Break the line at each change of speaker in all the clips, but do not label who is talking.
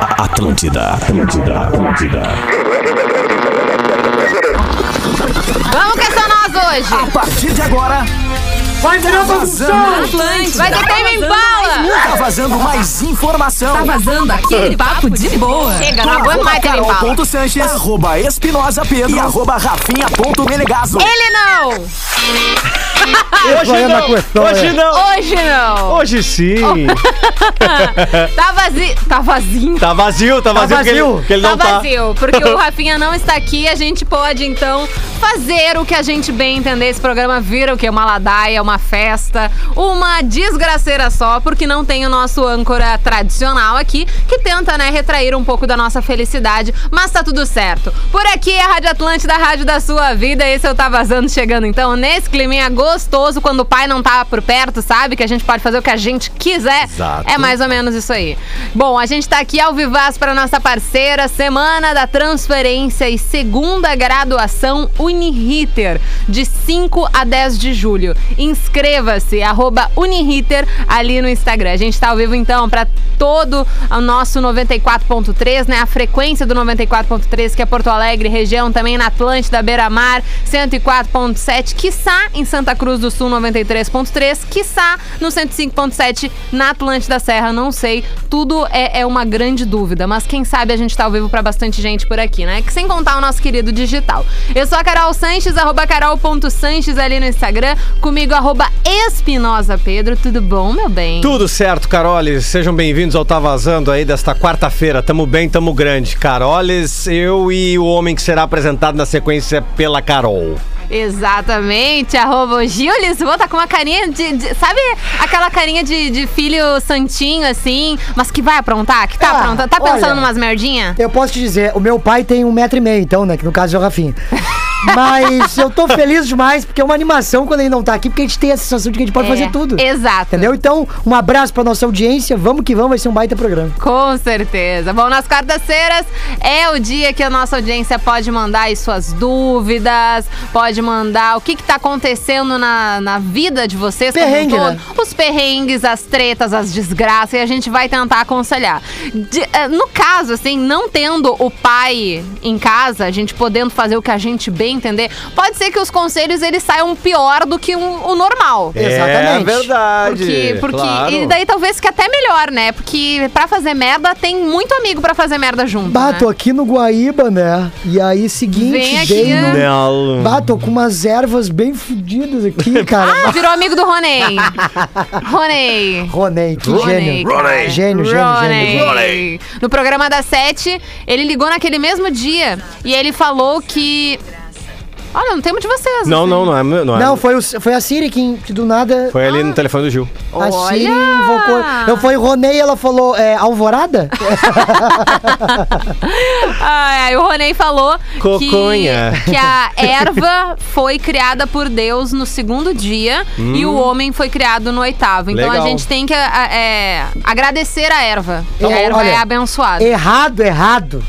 Atlântida, Atlântida, Atlântida.
Vamos que é só nós hoje.
A partir de agora, tá
Vai virar
vazando.
bagunção!
Atlântida.
Vai ter tema em bala.
tá vazando mais informação.
Tá vazando aquele papo de boa.
Chega, não aguento mais tema em bala.
Ponto Sanches, arroba Espinosa Pedro e arroba Rafinha ponto Menegaso.
Ele não.
Vai
Hoje
andar
não!
com a história.
Hoje não!
Hoje não.
Hoje sim!
Tá vazio. Tá vazio.
Tá vazio, tá vazio, porque ele-
vazio?
Porque, ele,
Tá
não tá.
vazio, porque o Rafinha não está aqui, a gente pode então fazer o que a gente bem entender. Esse programa vira o que? Uma ladaia, uma festa, uma desgraceira só, porque não tem o nosso âncora tradicional aqui, que tenta, né, retrair um pouco da nossa felicidade, mas tá tudo certo. Por aqui é a Rádio Atlântida, a Rádio da Sua Vida, esse eu tá vazando chegando então nesse climinha gostoso, quando o pai não tá por perto, sabe? Que a gente pode fazer o que a gente quiser.
Exato.
É mais mais ou menos isso aí. Bom, a gente tá aqui ao vivaz para nossa parceira, Semana da Transferência e Segunda Graduação Uniriter, de 5 a 10 de julho. Inscreva-se, arroba Uniriter, ali no Instagram. A gente tá ao vivo, então, para todo o nosso 94.3, né? A frequência do 94.3, que é Porto Alegre, região também na Atlântida, Beira-Mar, 104.7, quiçá em Santa Cruz do Sul, 93.3, quiçá no 105.7 na Atlântida Serra, não sei. Tudo é, é uma grande dúvida, mas quem sabe a gente tá ao vivo pra bastante gente por aqui, né? Que sem contar o nosso querido digital. Eu sou a Carol Sanches, arroba carol.sanches ali no Instagram, comigo arroba espinosa Pedro, tudo bom, meu bem?
Tudo certo, Caroles. Sejam bem-vindos ao Tá Vazando aí desta quarta-feira. Tamo bem, tamo grande. Caroles, eu e o homem que será apresentado na sequência pela Carol.
Exatamente, arroba o Gil Lisboa tá com uma carinha de. de- sabe aquela carinha de, de filho santinho, assim, mas que vai aprontar? Que tá
Ah,
aprontando? Tá pensando
olha.
em umas merdinha?
Eu posso te dizer, o meu pai tem um metro e meio, então, né? Que no caso é o Rafinha. Mas eu tô feliz demais, porque é uma animação quando ele não tá aqui, porque a gente tem a sensação de que a gente pode
É,
fazer tudo.
Exato.
Entendeu? Então, um abraço pra nossa audiência. Vamos que vamos, vai ser um baita programa.
Com certeza. Bom, nas quartas-feiras é o dia que a nossa audiência pode mandar aí suas dúvidas, pode mandar o que, que tá acontecendo na, na vida de vocês como um
Perrengue,
todo.
né?
Os perrengues, as tretas, as desgraças, e a gente vai tentar aconselhar. De- eh, no caso, assim, não tendo o pai em casa, a gente podendo fazer o que a gente bem entender, pode ser que os conselhos eles saiam pior do que um- o normal.
É
Exatamente.
verdade.
Porque, porque
claro.
e daí talvez fique até melhor, né? Porque pra fazer merda tem muito amigo pra fazer merda junto.
Bato
né?
aqui no Guaíba, né? E aí, seguinte,
Vem aqui,
dei
né?
no...
Não.
Bato com umas ervas bem fodidas aqui, cara.
Ah, virou amigo do Ronei. Ronei.
Ronei, que
Ronei,
gênio.
cara.
Gênio, gênio,
Ronei.
gênio.
No programa da Sete, ele ligou naquele mesmo dia e ele falou que. Olha, não temos de vocês.
Não,
assim.
não, não é. meu- Não, é.
Não, foi, o, foi a Siri que, que do nada.
Foi
Ah.
ali no telefone do Gil.
A Siri
Olha!
invocou. Eu fui Ronei ela falou, é, Alvorada?
Ai, ai, o Ronei falou que-
Coconha.
Que, a erva foi criada por Deus no segundo dia e o homem foi criado no oitavo. Então
Legal.
a gente tem que a- é, agradecer a erva. a
bom,
erva
olha,
é abençoada.
errado, errado.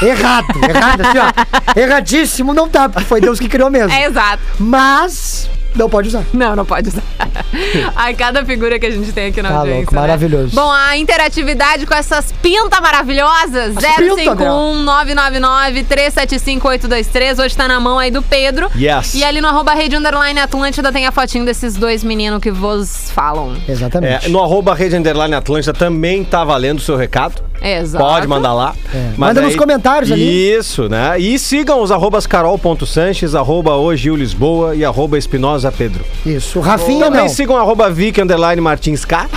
Errado, errado, assim, ó. Erradíssimo não tá, porque foi Deus que criou mesmo.
É exato.
Mas não pode usar.
Não, não pode usar. Ai, cada figura que a gente tem aqui na
Tá
audiência.
louco,
né?
maravilhoso.
Bom, a interatividade com essas pintas maravilhosas.
As pinta,
051 999 375 823. Hoje tá na mão aí do Pedro.
Yes.
E ali no arroba rede underline Atlântida tem a fotinho desses dois meninos que vos falam.
Exatamente.
É, no arroba Rede Underline Atlântida também tá valendo o seu recado.
Exato.
Pode mandar lá. Mas
É. Manda nos comentários ali.
Isso, né? E sigam os arrobas carol.sanches, arroba hoje Lisboa e arroba espinosa Pedro.
Isso. Rafinha
Também
não.
sigam arroba Vic Underline Martins K.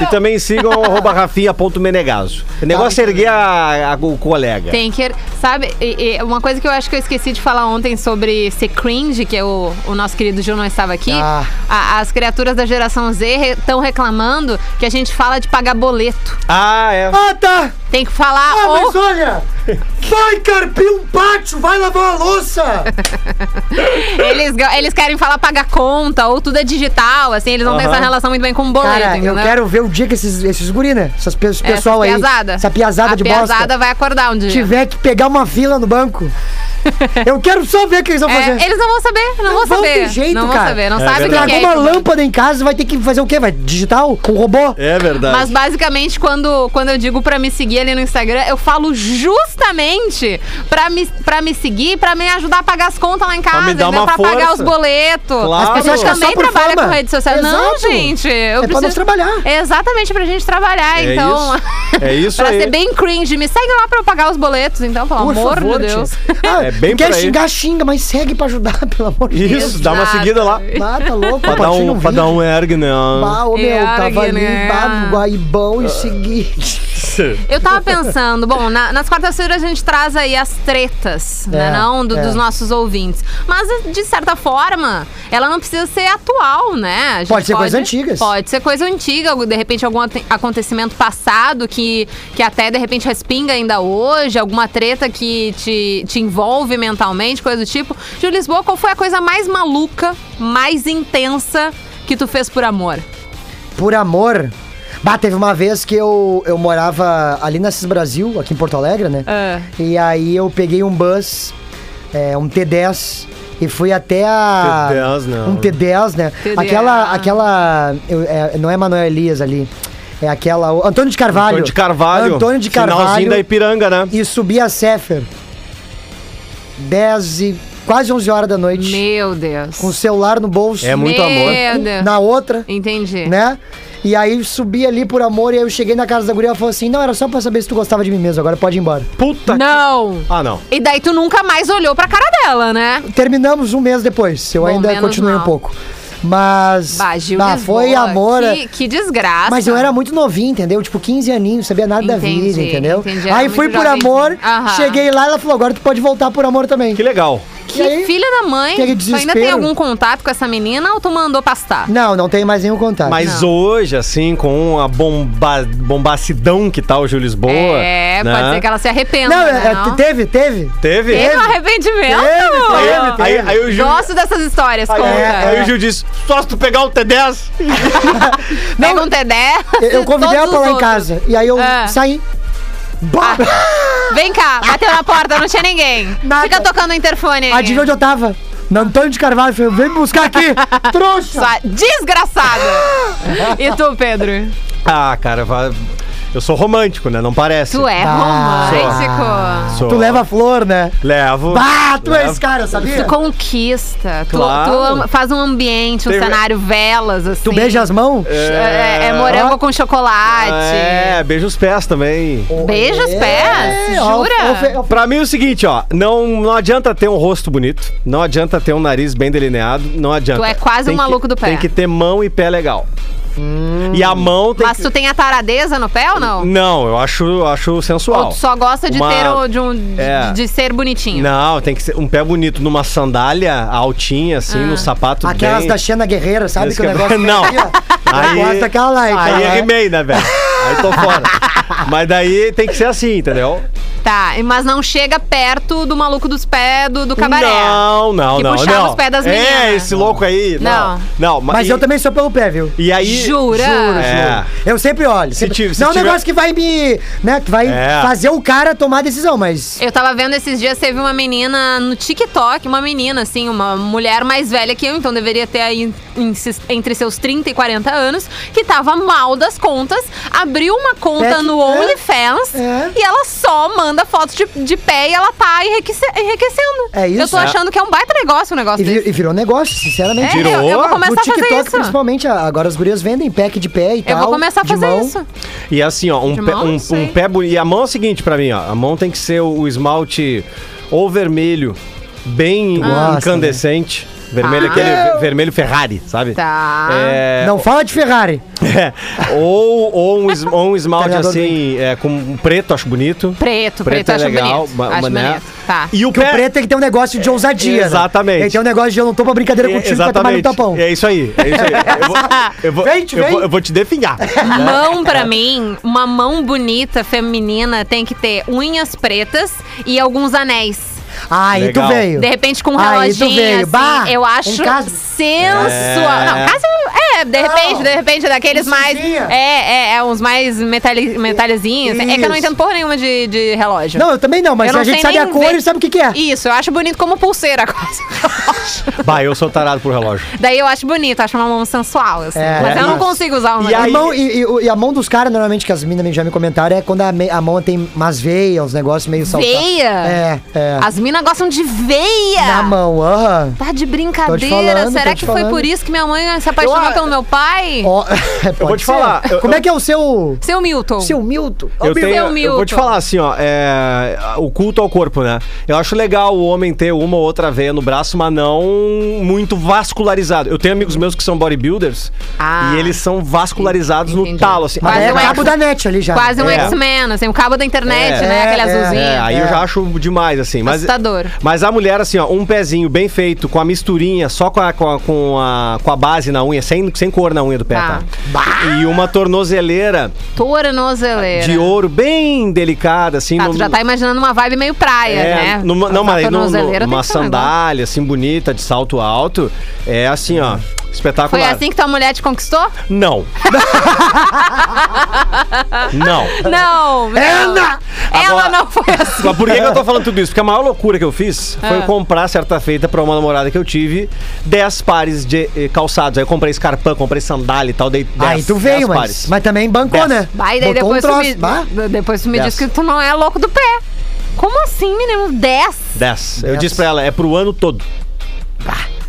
E também sigam arroba Rafinha.menegaso. O negócio é erguer a, a- o colega.
Tem que. Sabe, e- e uma coisa que eu acho que eu esqueci de falar ontem sobre ser cringe, que é o, o nosso querido Gil não estava aqui.
Ah.
A- as criaturas da geração Z estão reclamando que a gente fala de pagar boleto.
Ah, é.
Ah, tá!
Tem que falar.
Ah,
ou-
mas olha! Vai carpir um pátio, vai lavar a louça!
eles, ga- eles querem falar pagar conta, ou tudo é digital, assim, eles não têm
Aham.
essa relação muito bem com boleto,
Cara, eu
entendeu?
quero ver o dia que esses, esses guri, né? Essas pe- esse
Essa
pessoal aí.
piazada.
Essa piazada
a
de
piazada
bosta.
vai acordar um dia.
Tiver que pegar uma fila no banco. Eu quero só ver o que eles vão
É,
fazer.
eles não vão saber, não, vão
vão
saber.
ter jeito,
não vão
cara.
saber, não
É
sabe o que,
verdade.
que
Tragou
é.
uma
isso.
lâmpada em casa, vai ter que fazer o quê? Vai digital? Com robô?
É verdade.
Mas basicamente, quando, quando eu digo pra me seguir ali no Instagram, eu falo justamente pra me, pra me seguir, pra me ajudar a pagar as contas lá em casa,
me dar
entendeu?
uma
pra pagar os
força.
boletos.
Claro.
A
As pessoas
gente
acham que
também
é só por
trabalha
fama.
com rede social. Não,
Exato.
gente. Eu
É pra
preciso...
nós trabalhar.
É exatamente pra gente trabalhar,
É
então.
isso. É isso
pra
aí.
ser bem cringe. Me segue lá pra eu pagar os boletos, então, pelo
Por
amor
favor,
de
tia.
Deus.
Ah,
É bem
quer
por aí.
xingar, xinga, mas segue pra ajudar, pelo amor de Deus.
Isso, dá uma
Exato.
seguida lá.
Ah, tá louco.
Pra dar
compartilha
um, pra dar
vídeo.
um erg, né?
Bah, ô, meu,
E Ah.
tava
ergue,
ali,
né?
bah, um guaibão e seguinte.
Eu tava pensando, bom, na- nas quartas-feiras a gente traz aí as tretas, né,
É,
não, do-
é.
dos nossos ouvintes. Mas, de certa forma, ela não precisa ser atual, né? A gente
Pode ser coisas antigas.
Pode ser coisa antiga, algo- de repente algum ate- acontecimento passado que, que até, de repente, respinga ainda hoje, alguma treta que te, te envolve mentalmente, coisa do tipo. Ju Lisboa, qual foi a coisa mais maluca, mais intensa que tu fez por amor?
Por amor. Bah, teve uma vez que eu, eu morava ali na Cis Brasil, aqui em Porto Alegre, né?
Ah.
E aí eu peguei um bus, é, um T10, e fui até a.
T10 não.
Um T10, né?
TDA.
Aquela. aquela eu- é, não é Manoel Elias ali. É aquela. o Antônio de Carvalho.
Antônio de Carvalho.
Antônio de
Finalzinho
Carvalho.
da Ipiranga, né?
E subi a Sefer. 10 e. quase 11 horas da noite.
Meu Deus.
Com o celular no bolso.
É muito amor.
Meu Deus.
Na outra
Entendi.
né? E aí subi ali por amor e aí eu cheguei na casa da guria e ela falou assim: "Não, era só pra saber se tu gostava de mim mesmo, agora pode ir embora".
Puta
Não!
que... Ah, não.
E daí tu nunca mais olhou pra cara dela, né?
Terminamos um mês depois. Eu
Bom,
ainda
menos
continuei um
mal.
pouco. Mas
Bah, Gil
bah,
Lisboa,
foi amor.
Que, que desgraça.
Mas eu era muito novinho, entendeu? Tipo, 15 aninhos, sabia nada
Entendi,
da vida, entendeu?
entendi, era
Aí
muito
fui por
jovenzinho.
amor,
Aham.
cheguei lá e ela falou: agora tu pode voltar por amor também.
Que legal.
Que
E aí,
filha da mãe.
que é
Tu ainda tem
desespero.
algum contato com essa menina ou tu mandou pastar?
Não, não tenho mais nenhum contato.
Mas
Não.
hoje, assim, com a bomba, bombacidão que tá o Gil Lisboa...
é,
né?
pode ser que ela se arrependa.
não,
né,
é- é- teve, teve.
Teve?
Teve um arrependimento.
Teve, teve,
Aí, aí o Gil...
Gosto dessas histórias,
Aí,
conta.
aí o Gil disse, só se tu pegar o T10...
Pega um T10.
Eu, eu convidei ela
todos
pra lá
os
em casa. E aí eu
É. Ah,
saí. Bah!
outros. Vem cá, bateu na porta, não tinha ninguém.
Nada.
Fica tocando o interfone. aí.
Adivinha onde eu tava? Na Antônio de Carvalho. Falei, vem me buscar aqui, trouxa!
Sua desgraçada. e tu, Pedro?
Ah, cara, va- eu sou romântico, né? Não parece.
Tu é
Ah.
romântico.
Sou.
Tu leva a flor, né?
Levo.
Bah, tu é
Levo.
esse cara, sabia? Tu,
Conquista. Tu,
Claro.
tu ama- faz um ambiente, um
Tem-
cenário, velas, assim.
beija as mãos?
É, é morango com chocolate.
É, beija os pés também.
Beija os pés?
É, ó,
Jura?
ó, fe- ó,
Pra mim é o seguinte, ó. Não, não adianta ter um rosto bonito. Não adianta ter um nariz bem delineado. Não adianta.
Tu é quase um
que-
maluco do pé. Hum.
Tem que ter mão e pé legal. E a mão tem
Mas
que...
tu tem a taradeza no pé ou não?
Não, eu acho, eu acho sensual.
Ou tu só gosta de
Uma-
ter o- de, um- de-
É.
de ser bonitinho?
Não, tem que ser um pé bonito numa sandália altinha, assim,
Ah.
no sapato
Aquelas
bem...
da Xena Guerreira, sabe?
Esse
Que
que
o
é-
negócio
Não.
Tem aqui, ó. Eu gosto daquela lá, então, hein,
Aí
cara.
rimei, né, velho? Aí tô fora. Mas daí tem que ser assim, entendeu?
Tá, e- mas não chega perto do maluco dos pés do, do cabaré.
Não, não,
Que
não.
puxava
não.
os pés das
É,
meninas.
esse louco aí. Não.
Não.
Não,
Mas
e-
eu também sou pelo pé, viu?
E
Jura?
aí.
Juro,
É.
juro. Eu sempre olho.
Se
sempre-
ti- se
Não é um
tiver-
negócio que vai me. né? Que vai
É.
fazer o cara tomar a decisão, mas.
Eu tava vendo esses dias, teve uma menina no TikTok, uma menina, assim, uma mulher mais velha que eu, então deveria ter aí em- entre seus 30 e 40 anos, que tava mal das contas, abriu uma conta
Pé que-
no
é,
OnlyFans
é.
e ela só manda fotos de, de pé e ela tá enriquece- enriquecendo.
É isso.
Eu tô
É.
achando que é um baita negócio o
E,
negócio
vi-
desse.
e virou negócio, sinceramente.
É, eu, eu
Virou?
vou
No
começar a fazer
TikTok,
isso.
principalmente, a- agora as gurias vendem pack de pé e tal.
Eu vou começar a
de
fazer
mão.
isso.
E assim, ó, um
De
pé,
mão,
um,
não sei.
um pé bonito. E a mão é o seguinte pra mim, ó. A mão tem que ser o, o esmalte ou vermelho, bem
gosta, né?
incandescente. Vermelho,
Ah.
aquele ver- vermelho Ferrari, sabe?
Tá.
É,
Não fala de Ferrari.
é. ou, ou, um, es- ou um esmalte
Carregador
assim, é, com um preto, acho bonito.
Preto, preto,
Preto
preto
é
acho
legal,
bonito.
ma-
acho
mané.
bonito. Tá.
E o
Porque o preto tem que ter um negócio de ousadia. né?
Exatamente.
Tem que ter um negócio de eu não tô pra brincadeira
É,
contigo, vai tomar no tapão.
É isso aí. É isso aí. Eu vou, eu vou,
Vem, te
eu
vem.
vou, eu vou te definhar.
Né?
Mão pra mim, uma mão bonita feminina tem que ter unhas pretas e alguns anéis.
Ah, Aí
Legal.
tu veio.
De repente com um
Aí tu
reloginho,
veio.
assim,
Bah,
eu acho
um caso-
sensual.
É.
Não, caso é, de repente, de repente, daqueles
Um
mais...
cinzinha.
É, é, é, uns mais metali, metalhezinhos. É que eu não
Isso.
entendo porra nenhuma de, de relógio.
Não, eu também não, mas
Eu não
a gente
sei
sabe a
nem
cor
ver.
e sabe o que, que é.
Isso, eu acho bonito como pulseira a coisa.
Bah, eu sou tarado por relógio.
Daí eu acho bonito, acho uma mão sensual, assim.
É,
Mas eu não
mas-
consigo usar uma.
E
A
aí-
mão- e, e- e a mão dos caras, normalmente, que as meninas já me comentaram, é quando a, me- a mão tem umas veias, uns negócios meio saltados.
Veia? Ah.
É, é.
As minas gostam de veia!
Na mão, aham.
Tá de brincadeira.
Tô te falando,
Será
tô te
que foi
falando.
por isso que minha mãe se apaixonou
Eu-
pelo meu pai?
Ó,
vou
pode
te
ser.
falar, eu-
Como é que é o seu.
Seu Milton.
Seu Milton?
Milton.
Eu, tenho-
Seu
eu vou te
Milton.
falar assim, ó, é, o culto ao corpo, né? Eu acho legal o homem ter uma ou outra veia no braço, mas não muito vascularizado. Eu tenho amigos meus que são bodybuilders
Ah.
e eles são vascularizados no
Entendi.
talo, assim.
Mas
Quase
é
um
cabo
ex-
da net ali já.
Quase um
É.
X-Men, assim, o cabo da internet,
É.
né? Aquele
É,
azulzinho.
É, aí eu já acho demais, assim. Mas,
Assustador.
Mas a mulher, assim, ó, um pezinho bem feito, com a misturinha, só com a, com a, com a, com a base na unha, sem, sem cor na unha do pé,
Tá.
tá? E uma tornozeleira
Tornozeleira.
de ouro bem delicada, assim.
Tá,
no-
tu já tá imaginando uma vibe meio praia,
é,
né?
numa- não,
Essa
mas num- num-
tornozeleira tem
uma
que ser um negócio.
sandália, assim, bonita, de salto alto. É assim, ó, espetacular.
Foi assim que tua mulher te conquistou?
Não. não.
Não! não.
Ela!
Ela
Agora-
não foi assim.
Mas por que, que eu tô falando tudo isso? Porque a maior loucura que eu fiz foi
Ah.
comprar certa feita pra uma namorada que eu tive 10 pares de eh, calçados. Aí eu comprei escarpã, comprei sandália e tal, dei 10
Aí Ah, tu veio, mas,
pares.
mas também bancou,
Dez.
né?
Vai, daí
Botou
depois,
um
tu
troço.
me,
bah.
depois tu me
Dez.
diz que tu não é louco do pé. Como assim, menino? 10?
10. Eu
Dez.
disse pra ela, é pro ano todo.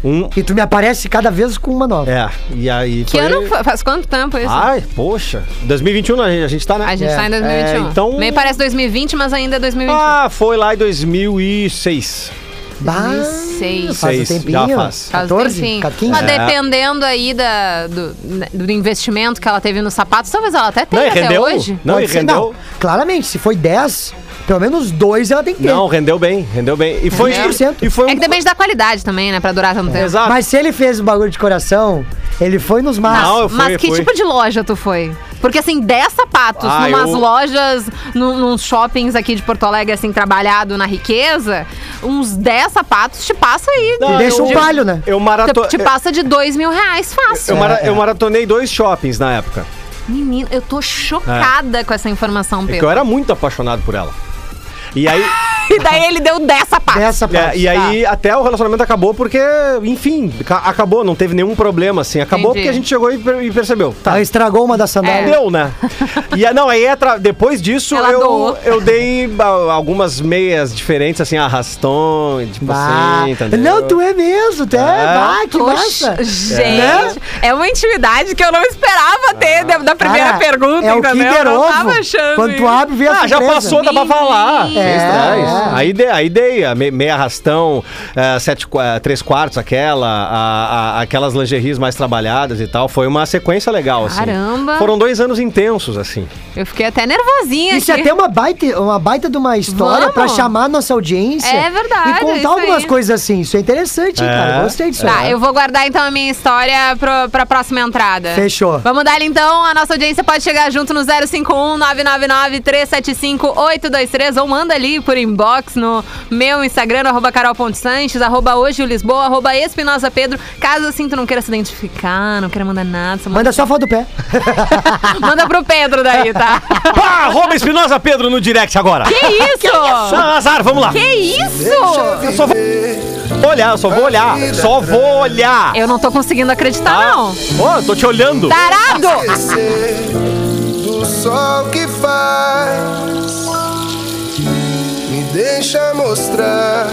Um.
E tu me aparece cada vez com uma nova.
É. E aí.
Que ano fa- faz quanto tempo isso?
Ai, poxa. 2021 a gente, a gente tá, né?
a gente
é.
tá em 2021.
É, então-
Nem parece 2020, mas ainda é 2021.
Ah, foi lá em 2006.
Bah,
Seis.
Faz um
Seis, já
tempinho.
faz.
Caso
14?
tem, sim.
15?
Mas
Ah, É.
dependendo aí da, do, né, do investimento que ela teve nos sapatos, talvez ela até tenha
Não, e
até
rendeu?
hoje.
Não, e
Pode ser,
rendeu.
Claramente, se foi 10, pelo menos dois ela tem que ter.
Não, rendeu bem, rendeu bem. E foi.
10%.
E foi um.
É que depende da qualidade também, né? Pra durar tanto tempo.
Exato.
Mas se ele fez o bagulho de coração, ele foi nos
Mas,
maços.
Não, eu fui,
mas que
fui.
tipo de loja tu foi? Porque assim, 10 sapatos
Ah,
numas
eu-
lojas, num, nos shoppings aqui de Porto Alegre, assim, trabalhado na riqueza, uns 10 sapatos te passa aí.
Não,
de-
Deixa um
de-
palho, né?
Eu marato...
Te, te Tipo, passa É. de 2 mil reais fácil.
eu, mara- eu maratonei dois shoppings na época.
Menino, eu tô chocada com essa informação,
É que eu
Pedro.
era muito apaixonado por ela. E aí,
E daí ele deu 10 sapatos.
Dessa
é,
parte.
e aí até o relacionamento acabou porque, enfim, ca- acabou, não teve nenhum problema assim. Acabou
Entendi.
porque a gente chegou e, per- e percebeu. Tá,
Ela Ah, estragou uma da
É.
sandália.
deu, né? E a- não, aí atra- depois disso
Ela
eu,
doou.
eu dei a- algumas meias diferentes, assim, arrastão, tipo
Bah.
assim, entendeu?
Não, tu é mesmo, tu é. Bah, que
Poxa,
massa. Né?
gente, é. uma intimidade que eu não esperava
Ah.
ter da- da primeira
Cara,
pergunta,
é o
entendeu?
Kinder
eu não
Ovo.
tava achando.
Quando tu
isso.
abre, vê a
Ah, já
surpresa.
passou, dá pra falar.
Menino.
Fez trás.
É.
Aí dei, aí dei a me- meia arrastão, eh, sete, qua- três quartos, aquela, a- a- aquelas lingeries mais trabalhadas e tal. Foi uma sequência legal, assim.
Caramba.
Foram dois anos intensos, assim.
Eu fiquei até nervosinha
Isso é
aqui.
até uma baita, uma baita de uma história
Vamos.
pra chamar a nossa audiência.
É verdade,
E
isso
contar algumas
aí.
coisas assim. Isso é interessante, hein,
É.
cara. Gostei disso.
Tá,
aí.
eu vou guardar então a minha história pro, pra próxima entrada.
Fechou.
Vamos dar então, a nossa audiência pode chegar junto no 051 999 375 823 ou manda ali por inbox no meu Instagram, no arroba carol.sanches, arroba hoje o Lisboa, arroba Espinosa Pedro. Caso assim tu não queira se identificar, não queira mandar nada, só manda,
Manda só a foto do pé.
manda pro Pedro daí, tá?
Pá, arroba Espinosa Pedro no direct agora.
que isso?
Azar, vamos lá.
Que isso?
Eu só vou olhar, eu só vou olhar. Só vou olhar.
Eu não tô conseguindo acreditar, não.
Ó, tô te olhando.
Tá. Tarado!
esquecer do sol que faz. Me deixa mostrar,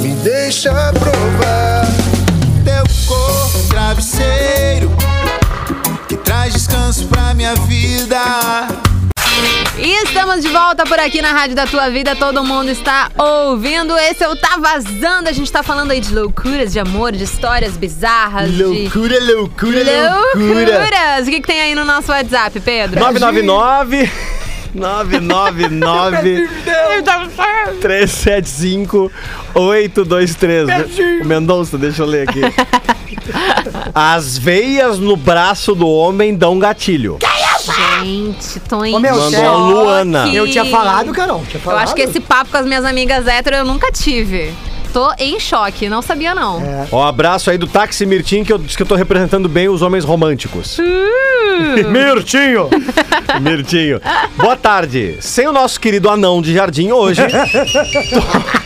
me deixa provar. Teu corpo é um travesseiro que traz descanso pra minha vida.
E estamos de volta por aqui na Rádio da Tua Vida. Todo mundo está ouvindo. Esse eu tá vazando. A gente tá falando aí de loucuras, de amor, de histórias bizarras,
loucura,
de loucuras. O que, que tem aí no nosso WhatsApp, Pedro?
999 999 375 823 Mendonça, deixa eu ler aqui. As veias no braço do homem dão gatilho.
Gente, tô em
meu,
Mandou
Sério?
a
choque.
Luana.
Eu tinha falado, Carol. Tinha
Eu
falado.
acho que esse papo com as minhas amigas hétero eu nunca tive. Tô em choque, não sabia não.
É.
Ó, abraço aí do Táxi Mirtim, que eu disse que eu tô representando bem os homens românticos.
Uh!
Mirtinho! Mirtinho. Boa tarde. Sem o nosso querido anão de jardim hoje. to-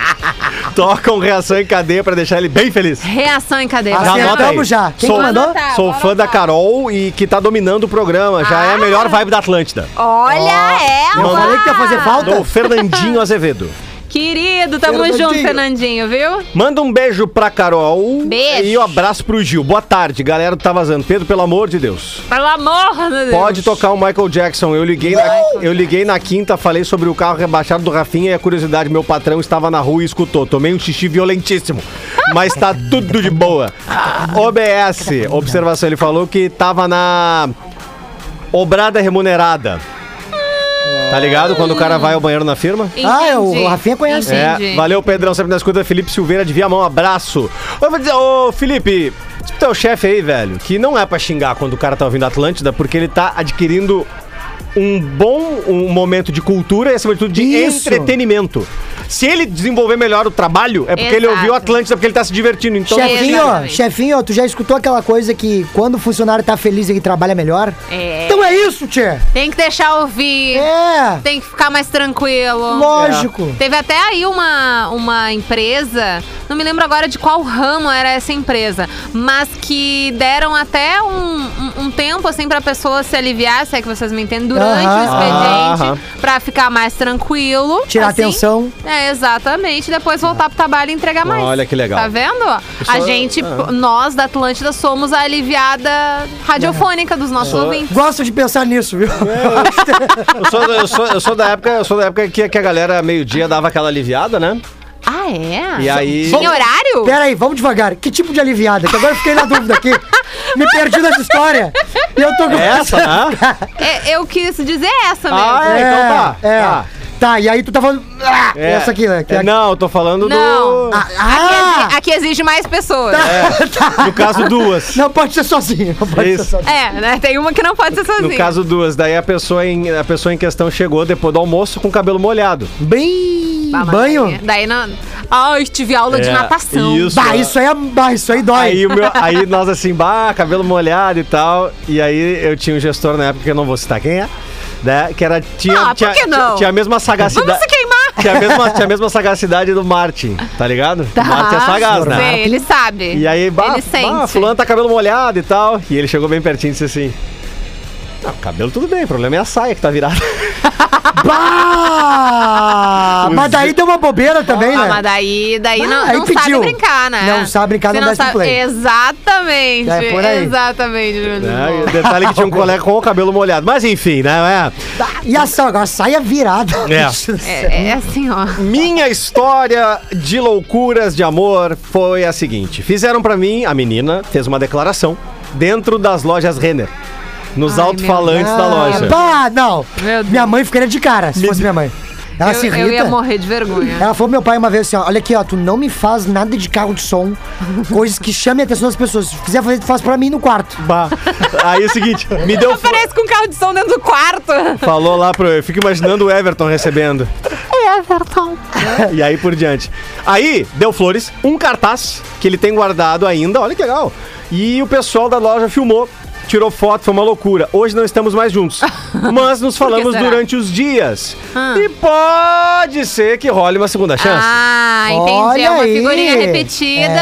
Tocam reação em cadeia pra deixar ele bem feliz.
Reação em cadeia.
Já
Acertamos
anota aí.
Assim, já. Quem
Sou-
que mandou?
Anotar.
Sou
bora
fã da
lá.
Carol e que tá dominando o programa. Já é a melhor vibe da Atlântida. um
Olha
Eu
ela!
falei que ia fazer falta.
Do Fernandinho Azevedo.
Querido, tamo
Fernandinho.
junto, Fernandinho, viu?
Manda um beijo pra Carol.
Beijo.
E um abraço pro Gil. Boa tarde, galera do Tá Vazando. Pedro, pelo amor de Deus.
Pelo amor de Deus.
Pode tocar o Michael Jackson. Eu liguei, na, eu liguei na quinta, falei sobre o carro rebaixado do Rafinha e a curiosidade, meu patrão estava na rua e escutou. Tomei um xixi violentíssimo, mas tá tudo de boa. OBS, observação, ele falou que tava na obrada remunerada. Tá ligado? Quando o cara vai ao banheiro na firma?
Entendi.
Ah, é, o Rafinha conhece.
Entendi.
É, valeu, Pedrão, sempre na escuta. Felipe Silveira de Viamão, um abraço. Eu vou dizer, ô Felipe, diz pro teu chefe aí, velho, que não é pra xingar quando o cara tá ouvindo Atlântida, porque ele tá adquirindo um bom um momento de cultura e, acima de tudo, de
Isso.
entretenimento. Se ele desenvolver melhor o trabalho, é porque ele
Exato.
ouviu Atlântida, porque ele tá se divertindo. Então,
Chefinho,
Exatamente.
chefinho, tu já escutou aquela coisa que quando o funcionário tá feliz ele trabalha melhor?
É.
Então é isso, tchê.
Tem que deixar ouvir.
É,
Tem que ficar mais tranquilo.
lógico.
Teve até aí uma, uma empresa, não me lembro agora de qual ramo era essa empresa, mas que deram até um, um, um tempo assim pra pessoa se aliviar, se é que vocês me entendem, durante o
Aham.
expediente,
Aham.
pra ficar mais tranquilo.
Tirar
assim.
atenção.
É, exatamente. Depois voltar pro trabalho e entregar mais.
Olha que legal. é-
Tá vendo? A gente, p- nós da Atlântida, somos a aliviada radiofônica dos nossos ouvintes.
Gosto de pensar nisso, viu?
eu sou, eu sou- eu sou da época, eu sou da época que, que a galera meio-dia dava aquela aliviada, né?
Ah, é?
E aí-
Tinha horário?
Pera aí, vamos devagar. Que tipo de aliviada? Que agora eu fiquei na dúvida aqui. Me perdi nessa história. E eu tô com...
Essa, né?
É, eu quis dizer essa mesmo.
Ah, é, então tá.
É.
Tá.
Tá, e aí tu tava... Ah,
É.
Essa aqui, né? Que é-
Não, eu tô falando
Não.
do.
Ah,
Aqui,
ah! Tá.
exi- aqui exige mais pessoas.
No caso, duas.
Não pode ser sozinho. Não pode
Isso.
ser sozinho.
É, né? Tem uma que não pode ser sozinha.
No caso, duas. Daí a pessoa, em, a pessoa em questão chegou depois do almoço com o cabelo molhado.
Bem...
Ah, mas
um banho?
daí- Daí não. Ah, eu tive aula de
É,
natação.
isso.
Bah, isso aí, é... bah, isso aí dói.
Aí, o meu, aí nós assim, bah, cabelo molhado e tal. E aí eu tinha um gestor na época, que eu não vou citar quem é, né? Que era. Tinha,
Ah, por
tinha,
que não?
tinha a mesma sagacidade.
Vamos se queimar!
Tinha a, mesma, tinha a mesma sagacidade do Martin, tá ligado?
Tá.
O Martin é sagaz, né?
Sim, ele sabe.
E aí, bah,
ele sente.
bah, fulano tá cabelo molhado e tal. E ele chegou bem pertinho e disse assim. Não, cabelo tudo bem, o problema é a saia que tá virada.
Bah!
Os
Ah! Mas daí deu uma bobeira também,
Ah,
né?
mas daí, daí
Ah,
não,
aí
não sabe
pediu.
brincar, né?
Não sabe brincar,
Se
não dá play.
Exatamente.
É, por aí.
Exatamente, Júlio.
Né? E Detalhe que tinha um colega com o cabelo molhado. Mas enfim, né? é-
E a sa- agora saia virada.
É.
É, é assim, ó.
Minha história de loucuras de amor foi a seguinte: fizeram pra mim, a menina fez uma declaração dentro das lojas Renner, nos
Ai,
alto-falantes
meu
da
Deus.
loja.
Ah, Bah, não.
É. Meu Deus.
Minha mãe ficaria de cara, se fosse minha mãe.
eu,
Ela Ah, se irrita.
eu ia morrer de vergonha.
Ela falou pro meu pai uma vez assim, ó, olha aqui, ó, tu não me faz nada de carro de som, coisas que chamem a atenção das pessoas. Se quiser fazer, tu faz pra mim no quarto.
Bah. Aí é o seguinte, me deu. fo-
Parece com um carro de som dentro do quarto.
É,
Falou lá pro. Eu fico imaginando o Everton recebendo.
é
Everton.
E aí por diante. Aí, deu flores, um cartaz que ele tem guardado ainda, olha que legal. E o pessoal da loja filmou, tirou foto, foi uma loucura. Hoje não estamos mais juntos, mas nos falamos
será?
durante os dias. E pode ser que role uma segunda chance.
Ah, entendi. é
Olha
uma
aí.
figurinha repetida.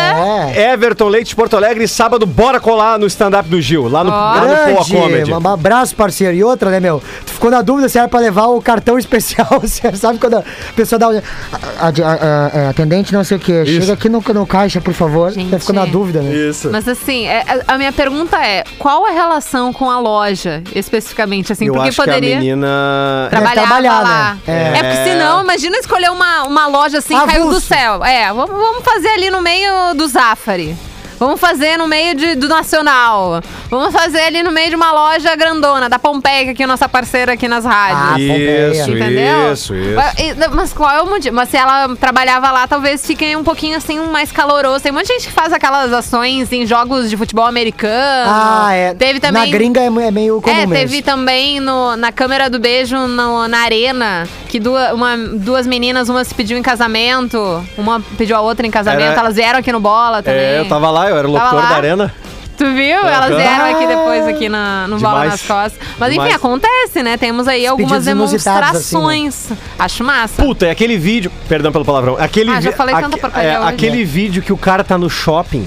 É.
Everton Leite de Porto Alegre, sábado, bora colar no stand-up do Gil, lá no, lá no Poa Comedy.
Grande, um abraço, parceiro. E outra, né, meu? Tu ficou na dúvida se era pra levar o cartão especial, você sabe quando a pessoa dá... o- A, a- a- a- atendente não sei o quê, chega aqui no, no caixa, por favor.
Gente.
Você ficou na dúvida, né?
Isso.
Mas assim, é- a- a minha pergunta é: qual a relação com a loja, especificamente? Assim,
Eu
porque
acho
poderia.
que a menina...
Deve
Trabalhar,
trabalhar,
lá.
né?
É.
É.
porque senão, imagina escolher uma, uma loja assim, caiu do
Avulso.
céu. É, vamos, vamos fazer ali no meio do Zafari. Vamos Vamos fazer no meio de- do Nacional. Vamos fazer ali no meio de uma loja grandona, da Pompeia, que aqui é nossa parceira aqui nas rádios.
Ah, Pompeia.
Isso,
Entendeu?
isso, isso.
Mas, e- não, Mas qual é o motivo? Mas se ela trabalhava lá, talvez fique um pouquinho assim, mais caloroso. Tem um monte de gente que faz aquelas ações em jogos de futebol americano.
Ah, é.
Teve também.
Na gringa é, é meio comum
É, teve
mesmo.
também no, na Câmera do Beijo no- na Arena, que duas, uma- duas meninas, uma se pediu em casamento, uma pediu a outra em casamento,
Era-
elas vieram aqui no Bola também.
É, eu tava lá, eu era o
Tava
locutor
lá.
da arena.
Tu viu? Elas
Aham.
vieram aqui depois, aqui na, no Bola
Demais.
nas Costas. Mas enfim,
Demais.
acontece, né? Temos aí algumas
pedidos inusitados, assim,
demonstrações. Acho massa.
Puta, é aquele vídeo. Perdão pelo palavrão. Aquele
Ah, já
vi-
falei
aque-
tanta porcaria
é,
hoje.
Aquele vídeo que o cara tá no shopping.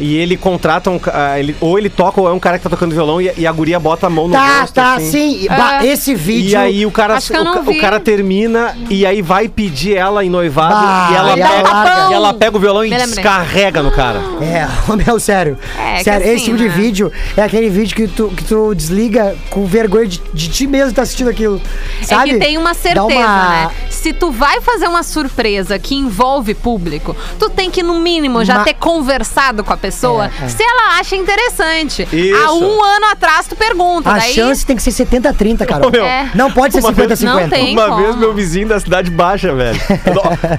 E ele contrata um. ca- ah, ele- ou ele toca, ou é um cara que tá tocando violão e, e a guria bota a mão no
Tá,
rosto,
tá,
assim.
sim. Bah,
É.
Esse vídeo.
E aí o cara,
Acho que eu
o,
não
ca-
vi.
o cara termina e aí vai pedir ela em noivado
Bah,
e, ela
e ela
pega,
larga.
e ela pega o violão e
é Me lembrei.
descarrega no cara.
É, ô, meu, sério.
É, que
sério,
assim,
esse tipo
né?
de vídeo é aquele vídeo que tu, que tu desliga com vergonha de, de ti mesmo estar assistindo aquilo. Sabe?
É que tem uma certeza,
Dá uma-
né? Se tu vai fazer uma surpresa que envolve público, tu tem que, no mínimo, já
Ma-
ter conversado com a pessoa
É, é.
se ela acha interessante.
Isso.
Há um ano atrás tu pergunta,
A
Então daí.
chance tem que ser 70-30, cara.
Ô, meu,
É.
Não pode ser
Uma vez-
50-50.
Não tem.
Uma
como.
vez meu vizinho da Cidade Baixa, velho.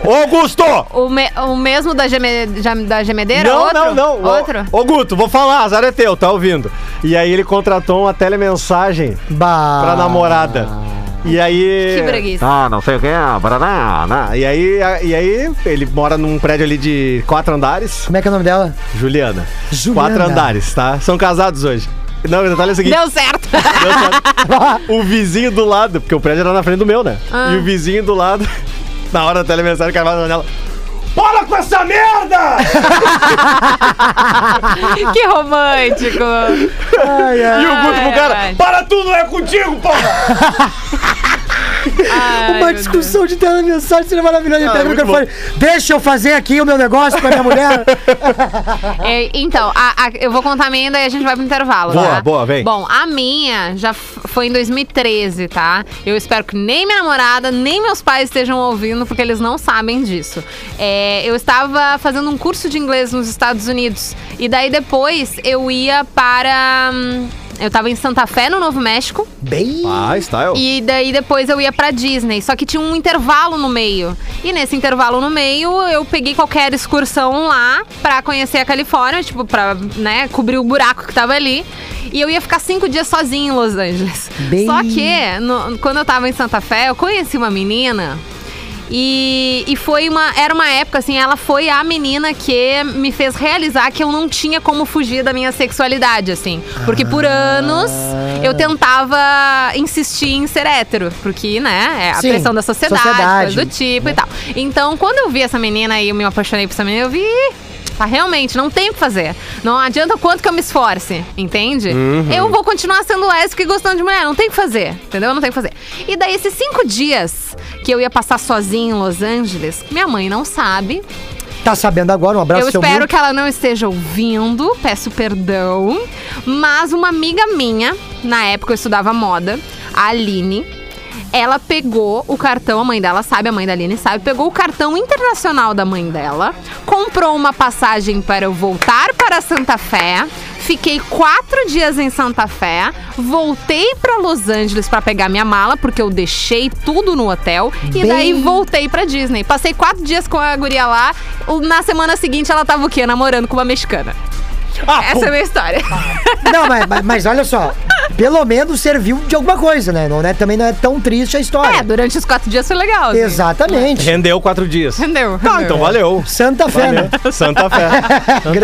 Ô, Augusto!
O, me- o mesmo da, geme- ja- da gemedeira?
Não,
Outro?
não, não. Ô-
Outro?
Ô, Guto, vou falar, azar é teu, tá ouvindo? E aí ele contratou uma telemensagem
Bah.
pra namorada. E aí.
Que preguiça.
Ah, não sei o que, Paraná. né? E aí, a- e aí, ele mora num prédio ali de quatro andares.
Como é que é o nome dela?
Juliana.
Juliana.
Quatro andares, tá? São casados hoje. Não, o detalhe é o seguinte.
Deu certo.
Deu certo. o vizinho do lado, porque o prédio era na frente do meu, né?
Ah.
E o vizinho do lado, na hora da telemensagem, o cara vai na janela. Para com essa merda!
que romântico.
Ai, ai.
E o Guto pro cara,
Ai, ai.
para tudo, é contigo, porra!
Ai, meu
Uma
Deus.
discussão de telemensagem seria maravilhosa. Ele
Ah,
pega o
muito
microfone. Deixa eu fazer aqui o meu negócio com a minha mulher.
É, então, a- a- eu vou contar a minha e daí a gente vai pro intervalo,
Boa,
tá?
boa, vem.
Bom, a minha já f- foi em 2013, tá? Eu espero que nem minha namorada, nem meus pais estejam ouvindo, porque eles não sabem disso. É, eu estava fazendo um curso de inglês nos Estados Unidos. E daí depois eu ia para... hum, eu estava em Santa Fé, no Novo México.
Bem.
Ah, style.
E daí depois eu ia pra Disney, só que tinha um intervalo no meio. E nesse intervalo no meio, eu peguei qualquer excursão lá pra conhecer a Califórnia, tipo, pra né, cobrir o buraco que tava ali. E eu ia ficar cinco dias sozinha em Los Angeles.
Bem-
Só que, no- quando eu tava em Santa Fé, eu conheci uma menina. E, e foi uma. Era uma época, assim, ela foi a menina que me fez realizar que eu não tinha como fugir da minha sexualidade, assim. Porque
Ah.
por anos eu tentava insistir em ser hétero. Porque, né, é a
Sim,
pressão da sociedade,
sociedade.
coisa do tipo e tal. Então, quando eu vi essa menina e eu me apaixonei por essa menina, eu vi. Tá, realmente, não tem o que fazer. Não adianta o quanto que eu me esforce, entende? Eu vou continuar sendo lésbica e gostando de mulher. Não tem o que fazer, entendeu? Não tem o que fazer. E daí, esses cinco dias que eu ia passar sozinha em Los Angeles, minha mãe não sabe.
Tá sabendo agora? Um abraço,
eu
seu
espero
Milton.
que ela não esteja ouvindo, peço perdão. Mas uma amiga minha, na época eu estudava moda, a Aline, ela pegou o cartão, a mãe dela sabe, a mãe da Aline sabe, pegou o cartão internacional da mãe dela, comprou uma passagem para eu voltar para Santa Fé. Fiquei quatro dias em Santa Fé, voltei para Los Angeles para pegar minha mala, porque eu deixei tudo no hotel, e
Bem-
daí voltei pra Disney. Passei quatro dias com a guria lá. O- Na semana seguinte, ela tava o quê? Namorando com uma mexicana.
Ah,
Essa é a minha história.
Não, mas, mas- mas olha só. Pelo menos serviu de alguma coisa, né? Não é, também não é tão triste a
É,
história.
durante os quatro dias foi legal. assim.
Exatamente.
Rendeu quatro dias.
Entendeu?
Tá, então É. valeu.
Santa Fé, né?
Santa Fé.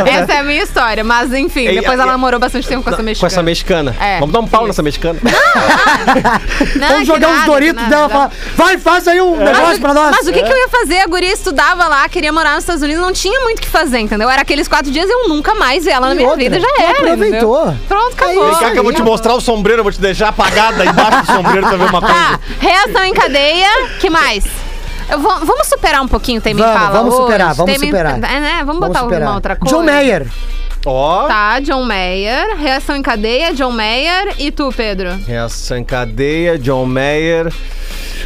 Essa é a minha história, mas enfim,
Ei,
depois
a-
ela
a-
namorou bastante tempo com essa mexicana.
Com essa mexicana.
É.
Vamos dar um pau nessa mexicana.
Não, que
Vamos jogar uns
nada, que
Doritos
nada,
dela
que nada.
falar, vai, faz aí um
Mas,
negócio
o-
pra nós. É.
mas o que, que eu ia fazer? A guria estudava lá, queria morar nos Estados Unidos, não tinha muito o que fazer, entendeu? Era aqueles quatro dias eu nunca mais vi ela na
E
minha
outra,
vida, já
tu
era.
aproveitou. É
entendeu? Pronto, acabou.
Vem cá que eu vou te mostrar o sombreiro, eu vou te deixar apagada embaixo do sombreiro pra ver uma coisa.
Tá, reação em cadeia, que mais? Eu vou- vamos superar um pouquinho o Tem Me
Vamos,
Fala
vamos
hoje.
superar, vamos
Tem Me-
superar.
É, né? Vamos, botar
superar.
uma outra coisa.
John Mayer.
Ó.
Tá, John Mayer. Reação em cadeia, John Mayer. E tu, Pedro?
Reação em cadeia, John Mayer.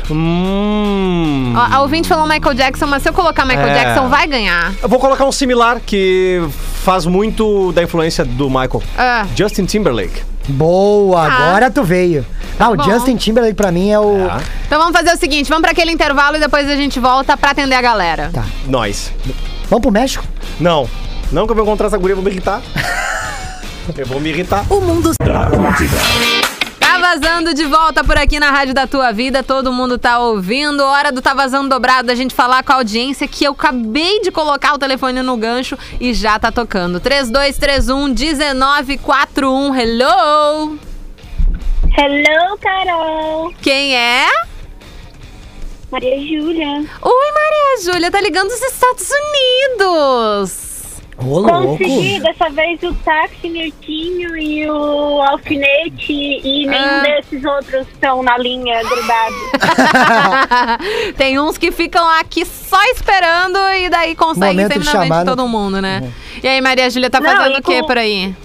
Hum.
Ó, a ouvinte falou Michael Jackson, mas se eu colocar Michael
É.
Jackson, vai ganhar.
Eu vou colocar um similar que faz muito da influência do Michael.
Ah.
Justin Timberlake.
Boa, agora tu veio. Ah, o
Tá. bom.
Justin Timberlake pra mim é o.
Tá.
Então vamos fazer o seguinte, vamos pra aquele intervalo e depois a gente volta pra atender a galera.
Tá.
Nós.
Vamos pro México?
Não. Não que eu vou encontrar essa guria, eu vou me irritar. eu vou me irritar.
O mundo
Tá vazando de volta por aqui na Rádio da Tua Vida, todo mundo tá ouvindo. Hora do Tá Vazando Dobrado, a gente falar com a audiência que eu acabei de colocar o telefone no gancho e já tá tocando. 3231 1941, hello!
Hello, Carol.
Quem é?
Maria Júlia.
Oi, Maria Júlia, tá ligando dos Estados Unidos!
Ô, louco.
Consegui dessa vez o táxi Mirtinho e o alfinete e nenhum
Ah.
desses outros estão na linha grudados.
Tem uns que ficam aqui só esperando e daí conseguem
Momento de
seminalmente
chamada. Uhum.
todo mundo, né? E aí, Maria Júlia, tá
Não,
fazendo
e
o que
com-
por aí?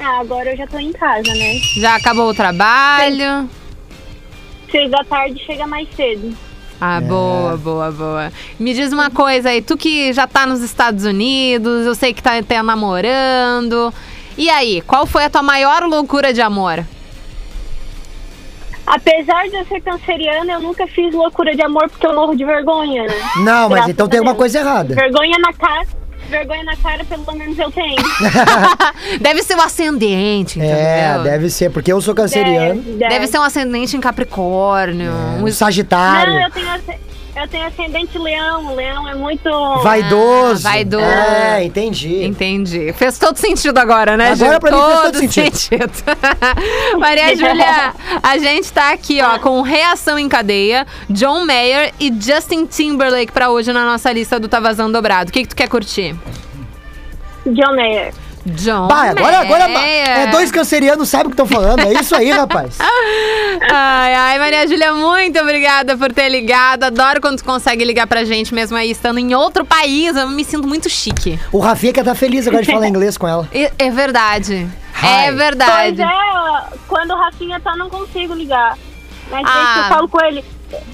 ah, agora eu já tô em casa, né?
Já acabou o trabalho?
Seis da tarde chega mais cedo.
É.
Ah, boa, boa, boa. Me diz uma coisa aí, tu que já tá nos Estados Unidos, eu sei que tá até namorando. E aí, qual foi a tua maior loucura de amor?
Apesar de eu ser canceriana, eu nunca fiz loucura de amor porque eu morro de vergonha, né?
Não, mas
Graças
então
a
tem alguma
Deus.
coisa errada.
Vergonha na cara. Vergonha na cara, pelo menos eu tenho.
Deve ser o ascendente, entendeu?
É, deve ser, porque eu sou canceriano.
Deve ser um ascendente em Capricórnio, um
Um
Não, eu
Sagitário.
tenho, asce- eu tenho ascendente leão. O leão é muito.
Vaidoso.
Ah, vaidoso. Então,
É, entendi.
Entendi. Fez todo sentido agora, né,
Agora
Ju?
pra mim fez todo sentido.
Maria Júlia, a gente tá aqui, ó, com Reação em Cadeia, John Mayer e Justin Timberlake pra hoje na nossa lista do Tá Vazando Dobrado. O que, que tu quer curtir?
John Mayer.
John
Bah, agora, agora
Mayer.
é dois cancerianos, sabe o que estão falando. É isso aí, rapaz.
Ai, ai, Maria Júlia, muito obrigada por ter ligado. Adoro quando tu consegue ligar pra gente mesmo aí, estando em outro país. Eu me sinto muito chique.
O Rafinha que tá feliz agora de falar inglês com ela.
E- É verdade.
Ai.
É verdade.
Pois é, ó, quando o Rafinha tá, não consigo ligar. Mas
Ah.
ah. eu falo com ele.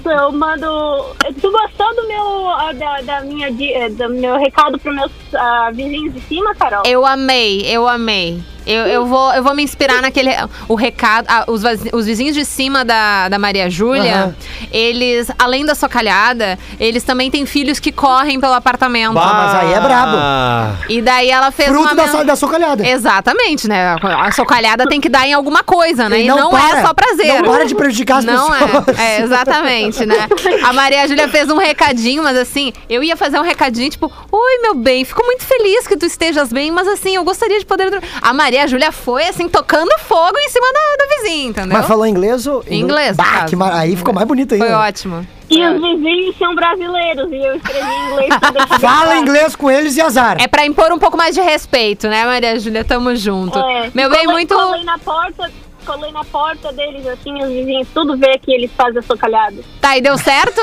Eu mando. Tu gostou do meu. ó, Da, da minha, di- eh, do meu recado pros meus ah, vizinhos de cima, Carol?
Eu amei, eu amei. Eu, eu, vou, eu vou me inspirar naquele. O recado. ah, os, vaz- os vizinhos de cima da, da Maria Júlia,
Aham.
eles, além da socalhada, eles também têm filhos que correm pelo apartamento.
mas aí é brabo.
brabo.
E daí ela fez
Fruto
uma.
da,
men-
sa- da socalhada.
Exatamente, né? A socalhada tem que dar em alguma coisa, né?
E
E
não
não,
para.
é só prazer.
Não para de prejudicar as
não
pessoas.
É. é, exatamente, né? A Maria Júlia fez um recadinho, mas assim, eu ia fazer um recadinho tipo: Oi, meu bem, fico muito feliz que tu estejas bem, mas assim, eu gostaria de poder. dormir." A Maria Júlia foi, assim, tocando fogo em cima da, da vizinha, entendeu?
Mas falou inglês ou...
Em inglês, no
Bah,
caso.
que mar... Aí ficou mais bonito ainda.
Foi ótimo.
E os vizinhos são brasileiros. E eu escrevi em inglês pra deixar. bem
Fala
claro.
inglês com eles e azar.
É pra impor um pouco mais de respeito, né, Maria Júlia? Tamo junto.
É,
Meu bem,
colei-
muito.
Colei na porta. Colei na porta deles, assim, os vizinhos tudo vê que eles fazem a socalhada.
Tá, e deu certo?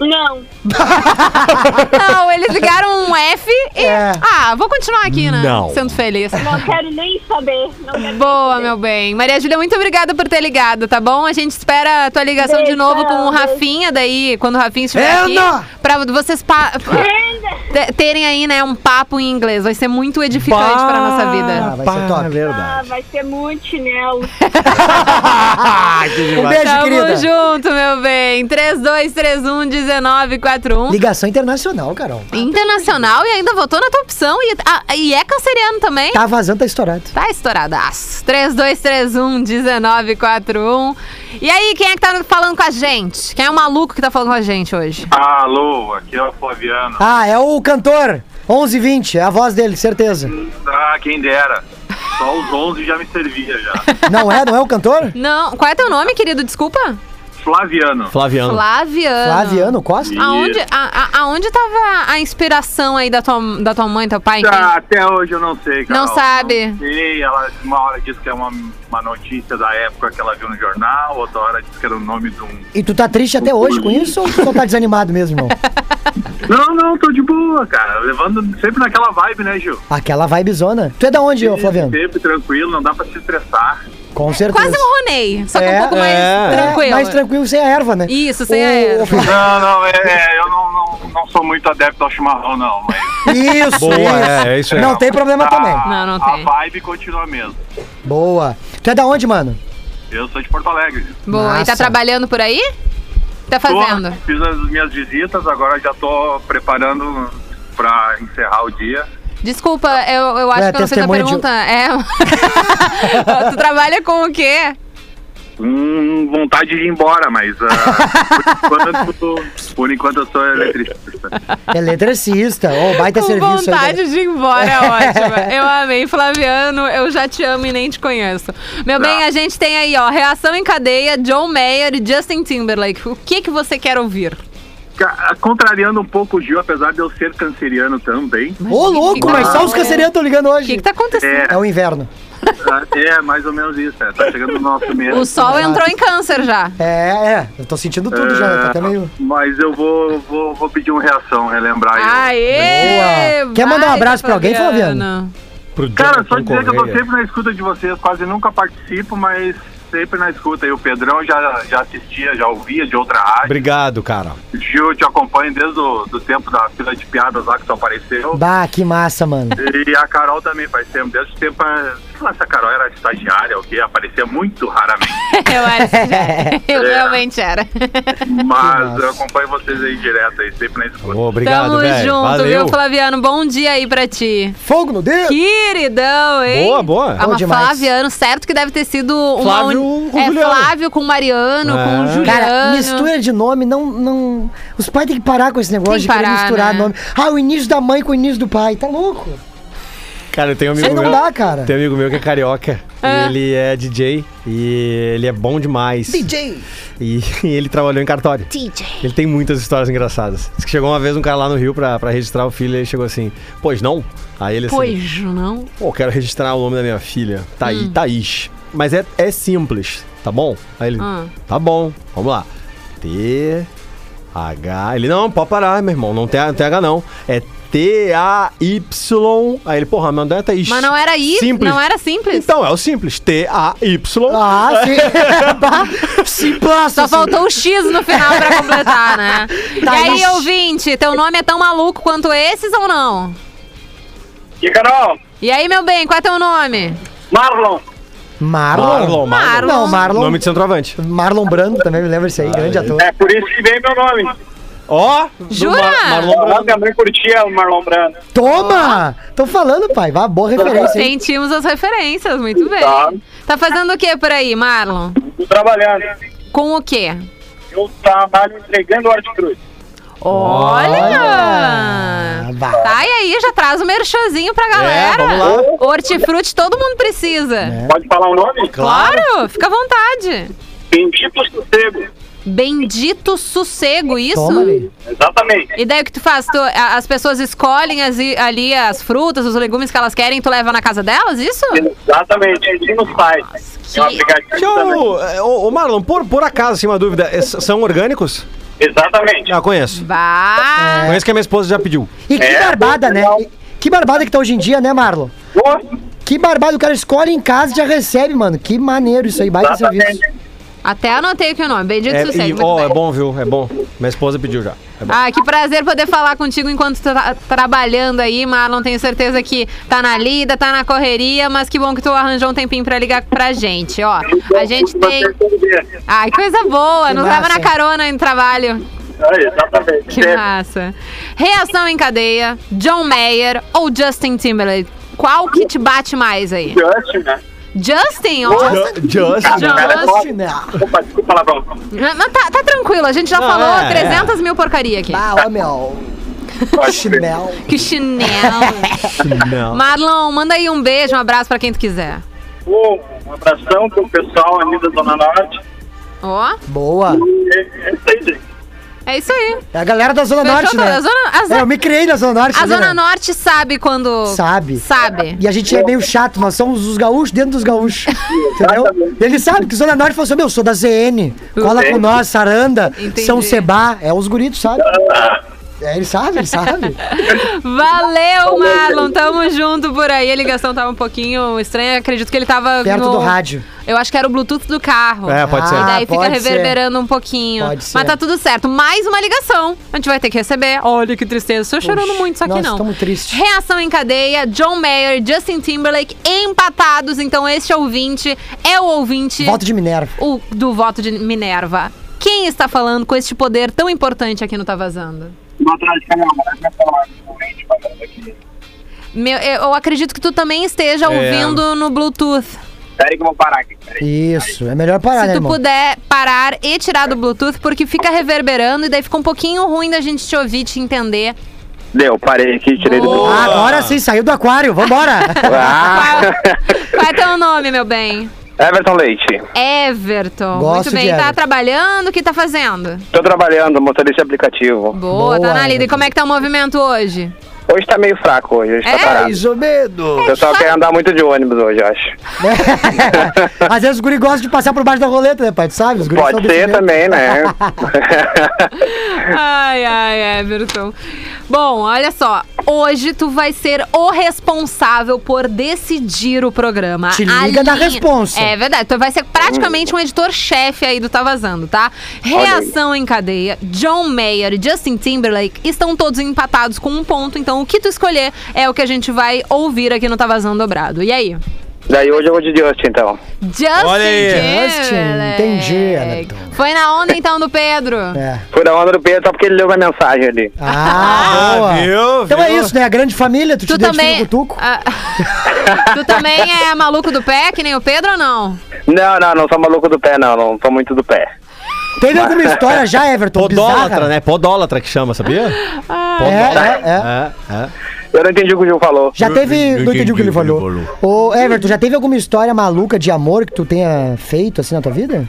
Não,
Não, eles ligaram um F e.
É.
Ah, vou continuar aqui, né?
Não.
Sendo feliz.
não quero nem saber. Não quero nem
Boa,
saber.
meu bem. Maria Júlia, muito obrigada por ter ligado, tá bom? A gente espera a tua ligação de
Beijo,
novo com o
beijo.
Rafinha, daí, quando o Rafinha estiver
Anda!
aqui. Pra vocês pa- te- terem aí, né, um papo em inglês. Vai ser muito edificante pra nossa
Ah,
vida.
vai ser top.
Ah, vai ser né, muito chinelo.
Um beijo,
Tamo
querida.
junto, meu bem. 3231 1941.
Ligação internacional, Carol.
Internacional e ainda votou na tua opção. E, ah, e é canceriano também.
Tá vazando, tá estourado.
Tá estouradaço. 3231-1941. E aí, quem é que tá falando com a gente? Quem é o maluco que tá falando com a gente hoje?
Alô, aqui é o Flaviano.
Ah, é o cantor. 11h20, é a voz dele, certeza.
Ah, quem dera. Só os 11 já me servia já.
Não é? Não é o cantor?
Não, qual é teu nome, querido? Desculpa.
Flaviano.
Flaviano.
Flaviano.
Flaviano Costa?
Aonde, a, a- aonde tava a inspiração aí da tua, da tua mãe, teu pai?
Ah, até hoje eu não sei, cara.
Não sabe.
Não sei, ela uma hora disse que é uma, uma notícia da época que ela viu no jornal, outra hora disse que era o nome de um.
E tu tá triste até hoje com isso ou tu só tá desanimado mesmo, irmão?
Não, não, tô de boa, cara. Levando sempre naquela vibe, né, Gil?
Aquela vibezona. Tu é da onde, ô Flaviano?
Sempre tranquilo, não dá pra se estressar.
Com certeza.
Quase um Ronei, só que
É,
um pouco mais
é.
tranquilo.
Mais tranquilo sem a erva, né?
Isso, sem a erva.
Não, não, é, é, eu não, não, não sou muito adepto ao chimarrão, não. Mas
Isso,
Boa,
isso.
é, é isso aí.
Não tem problema
a-
Ah.
também.
Não, não tem.
A vibe continua mesmo.
Boa. Tu é da onde, mano?
Eu sou de Porto Alegre.
Boa, e tá
Massa.
trabalhando por aí? Tá fazendo?
Tô, fiz as minhas visitas, agora já tô preparando pra encerrar o dia.
Desculpa, eu, eu acho
É,
que eu não fiz a
testemunha de-
pergunta. É. tu trabalha com o quê?
Hum, vontade de ir embora, mas ah, por, enquanto, por enquanto eu sou eletricista.
É Eletricista. Ô, baita
com
serviço aí.
vontade de ir embora, é ótima. Eu amei, Flaviano, eu já te amo e nem te conheço. Meu bem, a gente tem aí, ó, Reação em Cadeia, John Mayer e Justin Timberlake. O que que você quer ouvir?
Ca- Contrariando um pouco o Gil, apesar de eu ser canceriano também.
Ô, louco, mas só os cancerianos estão ligando
O
hoje.
É. que que tá acontecendo?
É o inverno.
É, mais ou menos isso. É. Tá chegando no nosso mês.
O sol entrou em câncer já.
É, é. Eu tô sentindo tudo já, né? Tá
É.
até meio.
Ah, Mas eu vou, vou, vou pedir uma reação, relembrar aí.
Aê!
Boa. Quer mandar um
vai,
abraço pra alguém, Flaviano?
Pro
Cara,
Jonathan é.
só dizer que eu tô
Correia.
sempre na escuta de vocês, quase nunca participo, mas sempre na escuta. E o Pedrão já, já assistia, já ouvia de outra rádio.
Obrigado, cara.
Gil, eu te acompanho desde o do tempo da fila de piadas lá que tu apareceu.
Bah, que massa, mano.
E a Carol também faz tempo, desde o tempo. eh, Sei lá se a Carol era estagiária ou o quê, aparecia muito raramente.
Eu acho que já- Eu
É.
realmente era.
Mas
Nossa.
eu acompanho vocês aí direto aí, sempre na escuta.
Ô, obrigado,
Tamo
velho.
junto,
Valeu.
viu, Flaviano? Bom dia aí pra ti.
Fogo no dedo!
Queridão, hein?
Boa, boa.
Ah,
Bom
mas
demais.
Flaviano, certo que deve ter sido uma
Flávio
uni-
com
é,
Juliano.
Flávio com Mariano,
É.
com Juliano.
Cara, mistura de nome não, não. Os pais têm que parar com esse negócio
Tem
de
que
querer
parar,
misturar
né?
nome. Ah, o início da mãe com o início do pai. Tá louco?
Cara, eu tenho um
Isso aí
amigo
não
meu.
dá,
né?
cara.
Tem um amigo meu que é carioca. E ele é DJ. E ele é bom demais.
DJ!
E, e ele trabalhou em cartório. Ele tem muitas histórias engraçadas. Diz que chegou uma vez um cara lá no Rio pra, pra registrar o filho e ele chegou assim, pois não? Aí ele assim,
Pois não.
pô, quero registrar o nome da minha filha, Thaí,
Hum.
Thaís. Mas é, é simples, tá bom? Aí ele,
Ah.
tá bom, vamos lá. T, H, ele, não, pode parar, meu irmão, não tem, não tem H não. É T, A, Y, aí ele, porra, mas não é Thaís.
Mas não era I,
Simples.
não era simples.
Então, é o simples, T, A, Y.
Ah, sim. Bah, Simplaço,
Só
assim.
faltou o X no final pra completar, né? e aí,
isso.
ouvinte, teu nome é tão maluco quanto esses ou não?
E Carol,
E aí, meu bem, qual é teu nome?
Marlon,
Marlon.
Marlon, Marlon.
Não, Marlon.
Nome de centroavante.
Marlon Brando também, me lembra isso aí, grande ator.
é por isso que vem meu nome.
Ó!
Jura?
do Marlon Brando.
Minha mãe curtia o Marlon Brando.
Toma! Tô falando, pai. Vá, boa referência, hein?
Sentimos as referências, muito bem.
Tá.
Tá fazendo o que por aí, Marlon?
Tô trabalhando.
Com o quê?
Eu trabalho entregando o Horticruz.
Olha!
Ah, vá.
Tá, e aí já traz o merchanzinho pra
É,
galera.
vamos lá. É.
Hortifruti todo mundo precisa.
Pode falar o nome?
Claro. fica à vontade.
Bendito Sossego.
Bendito sossego, isso?
Toma ali.
Exatamente.
E daí o que tu faz? Tu- a- as pessoas escolhem as i- ali as frutas, os legumes que elas querem e tu leva na casa delas, isso?
É.
Exatamente. Ele nos faz. É um
Deixa
aplicativo também.
eu- é, Ô, ô, Marlon, por, por acaso, assim, uma dúvida, é, s- são orgânicos?
Exatamente.
Ah, conheço.
Bah!
Conheço que a minha esposa já pediu.
E que
É,
barbada, né?
legal.
E- Que barbada que tá hoje em dia, né, Marlon? Que barbada, o cara escolhe em casa e já recebe, mano. Que maneiro isso aí, baita serviço.
Exatamente.
Até anotei aqui o nome. Bendito
É, e,
sossego. muito
ó,
bem.
é bom, viu? É bom. Minha esposa pediu já. É bom.
Ah, que prazer poder falar contigo enquanto tu tá trabalhando aí, Marlon. Tenho certeza que tá na lida, tá na correria, mas que bom que tu arranjou um tempinho pra ligar pra gente, ó. A gente tem. Ai, coisa boa,
Que
nos leva
massa,
na
hein?
carona em trabalho.
É, exatamente.
Que massa. Reação em cadeia, John Mayer ou Justin Timberlake? Qual que te bate mais aí?
Just, né?
Justin, ó.
Ju- Just.
Cara,
Just.
pode- Opa, desculpa, palavrão.
Mas tá, tá tranquilo, a gente já
Não,
falou
é,
300 mil porcaria aqui.
Ah, ó, meu.
Pode ver.
Mel.
Que chinelo.
Não.
Marlon, manda aí um beijo, um abraço pra quem tu quiser.
Um abração pro pessoal ali da Zona Norte.
Ó,
Boa.
É, é isso aí, gente.
é isso aí.
É a galera da Zona
Fechou
Norte,
toda
né?
a Zona- a
É,
Zona-
eu me criei na Zona Norte.
A
né,
Zona
né?
Norte sabe quando.
Sabe.
Sabe.
E a gente é meio chato, nós somos os gaúchos dentro dos gaúchos. entendeu? Ele sabe que Zona Norte falou assim: meu, sou da ZN. Cola com nós, Saranda,
Entendi.
Ah, tá.
São Sebá. É os guritos, sabe? É, ele sabe, ele sabe.
Valeu, Marlon. Tamo junto por aí. A ligação tava um pouquinho estranha. Acredito que ele tava.
Perto
no-
do rádio.
Eu acho que era o Bluetooth do carro.
É, pode ser.
E daí
Ah,
fica
pode
reverberando um pouquinho.
Pode ser.
Mas tá tudo certo. Mais uma ligação. A gente vai ter que receber. Olha que tristeza. Estou tá chorando
Puxa,
muito, só que
nossa,
não.
tamo triste.
Reação em cadeia, John Mayer, Justin Timberlake empatados. Então, este ouvinte é o ouvinte
Voto de Minerva.
o- do voto de Minerva. Quem está falando com este poder tão importante aqui no Tá Vazando?
Vou atrás
né?
de cada um, mas vai falar com o cliente falando aqui.
Meu, eu acredito que tu também esteja ouvindo no Bluetooth.
Peraí que eu vou parar aqui, peraí.
Isso, é melhor parar, né,
Se tu
irmão?
puder parar e tirar do Bluetooth, porque fica reverberando e daí fica um pouquinho ruim da gente te ouvir, te entender.
Deu, parei aqui, tirei do
Ah, agora sim, saiu do aquário, vambora!
Ah,
Qual é teu nome, meu bem?
Everton Leite.
Everton. Muito
Gosto
bem.
de
tá
Everton.
trabalhando? O que tá fazendo?
Tô trabalhando, motorista de aplicativo.
Boa, tá
Boa,
na lida. E
Everton.
como é que tá o movimento hoje?
Hoje tá meio fraco hoje, hoje
É?
tá parado.
Mais ou menos.
O pessoal quer andar muito de ônibus hoje, eu acho.
Às vezes os guri gostam de passar por baixo da roleta, né, pai? Tu sabe? Os guri são
Pode
desse
ser
mesmo.
também, né?
Ai, ai, Everton. Bom, olha só. Hoje tu vai ser o responsável por decidir o programa.
Te
A
liga na responsa.
É verdade. Tu vai ser praticamente um editor-chefe aí do Tá Vazando, tá? Reação em cadeia. John Mayer e Justin Timberlake estão todos empatados com um ponto. Então, o que tu escolher é o que a gente vai ouvir aqui no Tá Vazando Dobrado. E aí?
Daí hoje eu vou de Justin, então.
Justin
Olha aí.
Timberlake.
Justin, entendi, Everton.
Foi na onda, então, do Pedro.
É.
Fui da onda do Pedro só porque ele leu minha mensagem ali.
Ah,
Ah,
boa.
viu,
Então é
viu?
isso, né? A grande família, tu, te
Tu
identifica
também.
com o Tuco.
Ah, tu também é maluco do pé, que nem o Pedro ou não?
Não, não, não sou maluco do pé, não. Não sou muito do pé.
Teve alguma história já, Everton?
Podólatra,
bizarra?
né? Podólatra que chama, sabia?
É, é, é.
É, é.
Eu não entendi o que o Gil falou.
Já teve.
eu
Não entendi o que
entendi
ele
o que ele
falou. Ô, Everton, já teve alguma história maluca de amor que tu tenha feito assim na tua vida?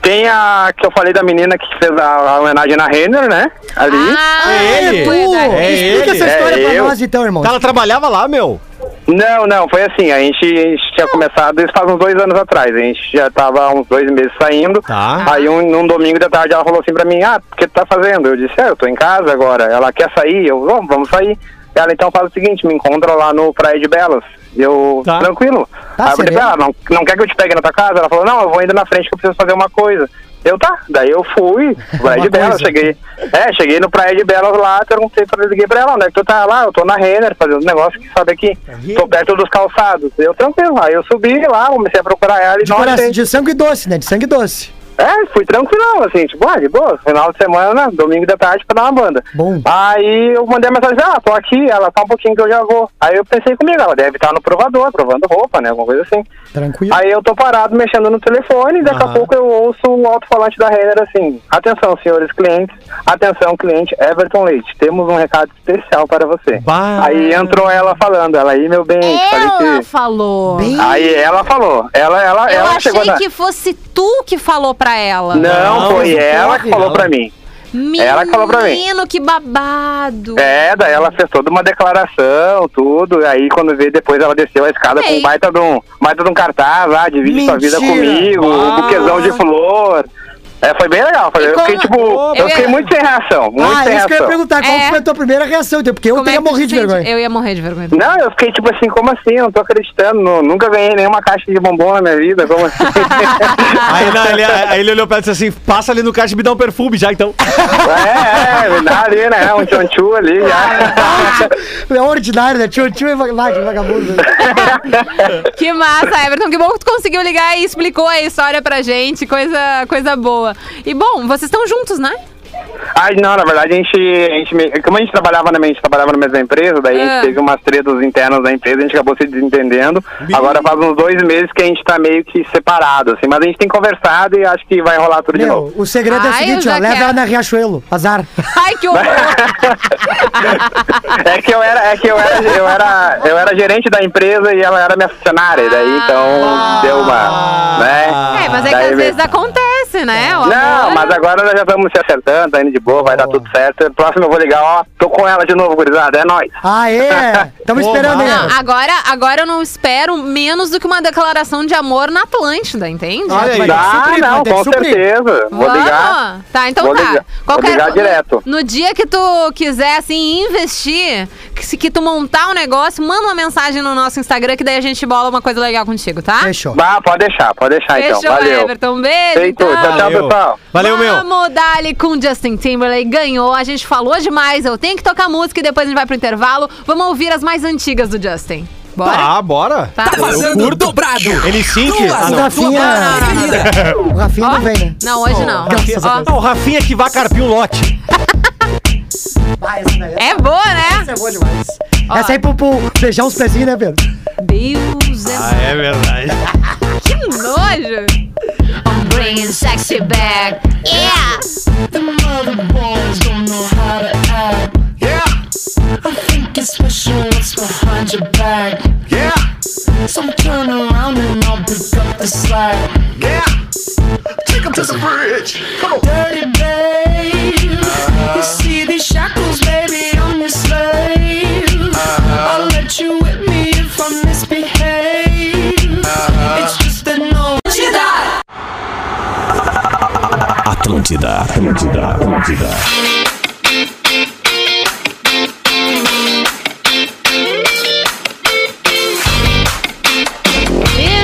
Tem a que eu falei da menina que fez a, a homenagem na Renner, né? Ali.
Ah,
É ele.
foi,
Pô,
né?
É ele.
explica essa história
É
pra
eu.
nós então, irmão.
Tá, Ela trabalhava lá, meu.
Não, não, foi assim, a gente, a gente tinha começado isso faz uns dois anos atrás, a gente já tava há uns dois meses saindo,
Tá.
Ah.
aí um, num domingo da tarde ela falou assim pra mim, ah, o que tu tá fazendo? Eu disse, ah, eu tô em casa agora, ela quer sair, eu, vamos, vamos sair. Ela então faz o seguinte, me encontra lá no Praia de Belas, eu,
Tá.
tranquilo.
Tá,
aí eu falei
sereno.
pra ela, não, não quer que eu te pegue na tua casa? Ela falou, não, eu vou ainda na frente que eu preciso fazer uma coisa. Eu tá, daí eu fui, Praia
Uma
de Belas,
coisa.
cheguei, é, cheguei no Praia de Belas lá, perguntei pra liguei pra ela, onde é que tu tá? Lá, eu tô na Renner, fazendo um negócio que sabe aqui.
É
Tô perto dos calçados. Eu tranquilo. Aí eu subi lá, comecei a procurar ela e
De,
não
coração-
achei.
de sangue doce, né? De sangue doce.
É, fui tranquilão, assim, tipo, ah, de boa, final de semana, né? domingo da tarde pra dar uma banda.
Bom.
Aí eu mandei a mensagem, ah, tô aqui, ela tá um pouquinho que eu já vou. Aí eu pensei comigo, ela deve estar no provador, provando roupa, né? Alguma coisa assim.
Tranquilo.
Aí eu tô parado mexendo no telefone, daqui
Aham.
a pouco eu ouço um alto-falante da Renner assim: Atenção, senhores clientes, atenção, cliente Everton Leite, temos um recado especial para você.
Bah.
Aí entrou ela falando, ela aí, meu bem, te falei
Ela
é que.
falou.
Bem-
Aí ela falou, ela, ela,
Eu
ela chegou
achei
na.
que fosse tu que falou pra ela.
Não,
Não,
foi
não
ela
pode,
que falou
não.
pra mim.
Menino,
ela que falou pra mim.
que babado.
É, daí ela fez toda uma declaração, tudo. Aí quando veio depois ela desceu a escada com
Ei.
um baita de um, baita de um cartaz lá, divide sua vida
Mentira.
comigo, um
Ah.
buquezão de flor. É, foi bem legal. Foi,
E
eu fiquei
como-
tipo, eu
Eu
fiquei
ia-
muito sem reação, muito
Ah,
sem
isso que eu ia
reação.
perguntar. Qual
É.
foi a tua primeira reação? então? Porque eu
Como é
teria
que tu
morrido de
sente?
vergonha.
Eu ia morrer de vergonha.
Não, eu fiquei tipo assim, como assim? Eu não tô acreditando, não- nunca ganhei nenhuma caixa de bombom na minha vida, como assim?
Aí, não, ele, aí ele olhou pra ela e disse assim: passa ali no caixa e me dá um perfume já, então.
é, é, me dá ali, né? Um tchonchu ali já.
É ordinário, né? Tio, tio é vaga- lá, que vagabundo.
Que massa, Everton. Que bom que tu conseguiu ligar e explicou a história pra gente. Coisa, coisa boa. E bom, vocês estão juntos, né?
Ai, Ah, não, na verdade a gente, a gente. me- Como a gente trabalhava na a gente trabalhava na mesma empresa, daí a
Ah.
gente teve umas tretas internas da empresa, a gente acabou se desentendendo. Agora faz uns dois meses que a gente tá meio que separado, assim, mas a gente tem conversado e acho que vai rolar tudo de
Meu,
novo.
o segredo é
Ai,
o seguinte,
eu
ó.
já
Leva
quero.
ela na Riachuelo. Azar.
Ai, que horror.
É que eu era, é que eu era, eu era, eu era gerente da empresa e ela era minha funcionária, daí então deu uma. Né?
Ah. É, mas é que
Daí
às
me-
vezes acontece, acontece, né? O
Não,
amor.
mas agora nós já estamos se acertando, tá indo de boa, vai dar tudo certo. Próximo eu vou ligar, ó, tô com ela de novo, gurizada, é nóis.
Aê! Tamo
Boa,
esperando
Mara.
É.
aí.
Não, agora, agora eu não espero menos do que uma declaração de amor na Atlântida, entende?
Olha aí.
Ah,
suprir, vai
não,
ter que
com
suprir.
certeza. Vou
Vamos.
ligar.
Tá, então
Vou
tá.
ligar. Vou ligar
no-
direto.
No dia que tu quiser, assim, investir, que, se, que tu montar um negócio, manda uma mensagem no nosso Instagram, que daí a gente bola uma coisa legal contigo, tá?
Fechou.
Ah, pode deixar, pode deixar então.
Fechou,
Valeu.
Everton. Um Beijo,
Feito. tá
então.
Tchau, tchau,
Valeu.
pessoal.
Valeu, meu.
Vamos dar ali com Justin Timberlake. Ganhou, a gente falou demais. Eu tenho que tocar música e depois a gente vai pro intervalo. Vamos ouvir as mais antigas do Justin. Bora?
Tá, bora.
Tá.
Tá vazando dobrado.
Ele sim que.
Duas
Ah,
da
O
não.
Rafinha. O Rafinha
Ó,
não vem, né?
Não, hoje não.
Graças a
Ó,
Deus.
Não, o Rafinha que vai carpir um lote.
é boa, né?
é boa demais. Essa aí pro, pro beijar uns pezinhos, né, Pedro?
Deus é
é verdade.
Que nojo! I'm bringing sexy back. Yeah!
Uh-huh. Uh-huh.
Atlântida, Atlântida, Atlântida.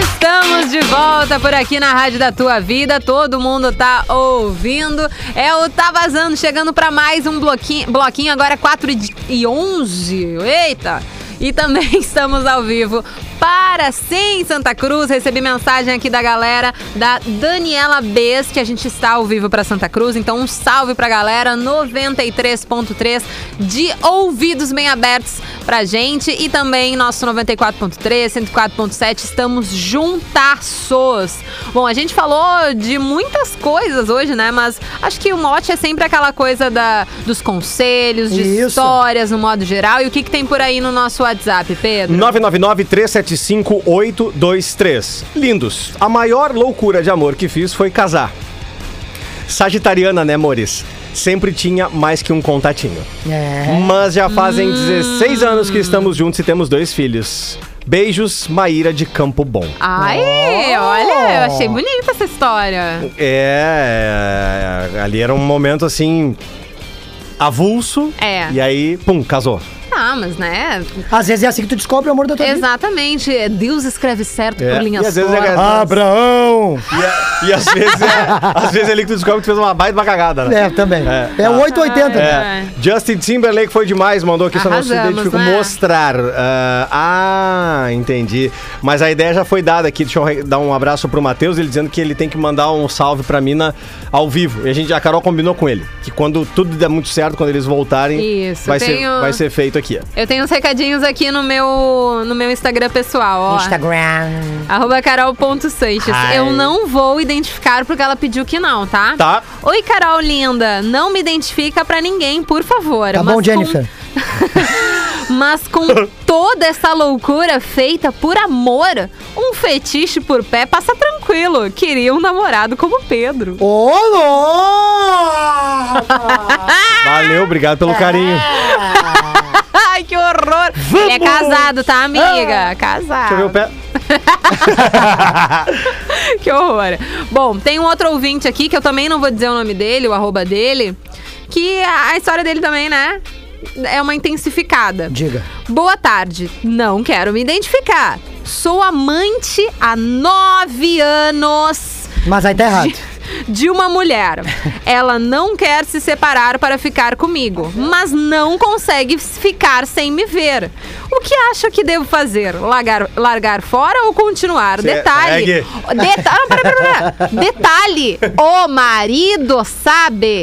Estamos de volta por aqui na Rádio da Tua Vida. Todo mundo tá ouvindo. É o Tá Vazando, chegando para mais um bloquinho, bloquinho agora 4 e de- e 11. Eita! E também estamos ao vivo para Sim Santa Cruz. Recebi mensagem aqui da galera da Daniela Bes, que a gente está ao vivo para Santa Cruz. Então, um salve para a galera 93.3 de ouvidos bem abertos pra gente e também nosso 94.3, 104.7, estamos juntaços. Bom, a gente falou de muitas coisas hoje, né? Mas acho que o mote é sempre aquela coisa da, dos conselhos, de
Isso.
histórias no modo geral. E o que, que tem por aí no nosso WhatsApp, Pedro?
999-375-823. Lindos. A maior loucura de amor que fiz foi casar. Sagitariana, né, amores? Sempre tinha mais que um contatinho.
É.
Mas já fazem 16 anos que estamos juntos e temos dois filhos. Beijos, Maíra de Campo Bom.
Ai, olha, eu achei bonita essa história.
É. Ali era um momento assim. avulso.
É.
E aí, pum, casou.
Ah, mas né?
Às vezes é assim que tu descobre o amor da tua vida.
Exatamente. é, Deus escreve certo
Tá É.
por linhas
E às vezes é
tortas.
Abraão!
E, a- e às vezes é, às vezes é ali que tu descobre que tu fez uma baita de uma cagada, né?
É, também.
É.
É, o 880.
É.
né?
Justin Timberlake foi demais, mandou aqui, só não se
Arrasamos,
identifico.
né?
Mostrar. Ah, ah, entendi. Mas a ideia já foi dada aqui. Deixa eu re- dar um abraço pro Matheus, ele dizendo que ele tem que mandar um salve pra mina ao vivo. E a, gente, a Carol combinou com ele. Que quando tudo der muito certo, quando eles voltarem,
Isso,
vai,
tenho-
ser, vai ser feito aqui.
Eu tenho uns recadinhos aqui no meu, no meu Instagram pessoal, ó.
Instagram.
Arroba carol.sanches.
Ai.
Eu não vou identificar porque ela pediu que não, tá?
Tá.
Oi, Carol linda. Não me identifica pra ninguém, por favor.
Tá
Mas
bom,
com-
Jennifer?
mas com toda essa loucura feita por amor, um fetiche por pé passa tranquilo. Queria um namorado como Pedro.
Ô, louco!
Valeu, obrigado
É.
pelo carinho.
Ai, que horror. Ele é casado, tá,
Ah!
amiga? Casado.
Deixa eu ver o pé.
que horror. Bom, tem um outro ouvinte aqui, que eu também não vou dizer o nome dele, o arroba dele, que a, a história dele também, né? É uma intensificada.
Diga.
Boa tarde, não quero me identificar. Sou amante há nove anos
Mas aí tá errado.
de uma mulher. Ela não quer se separar para ficar comigo, mas não consegue ficar sem me ver. O que acha que devo fazer? Largar, largar fora ou continuar?
Cê-
Detalhe.
segue.
Deta ah, pera, pera, pera. Detalhe. O marido sabe.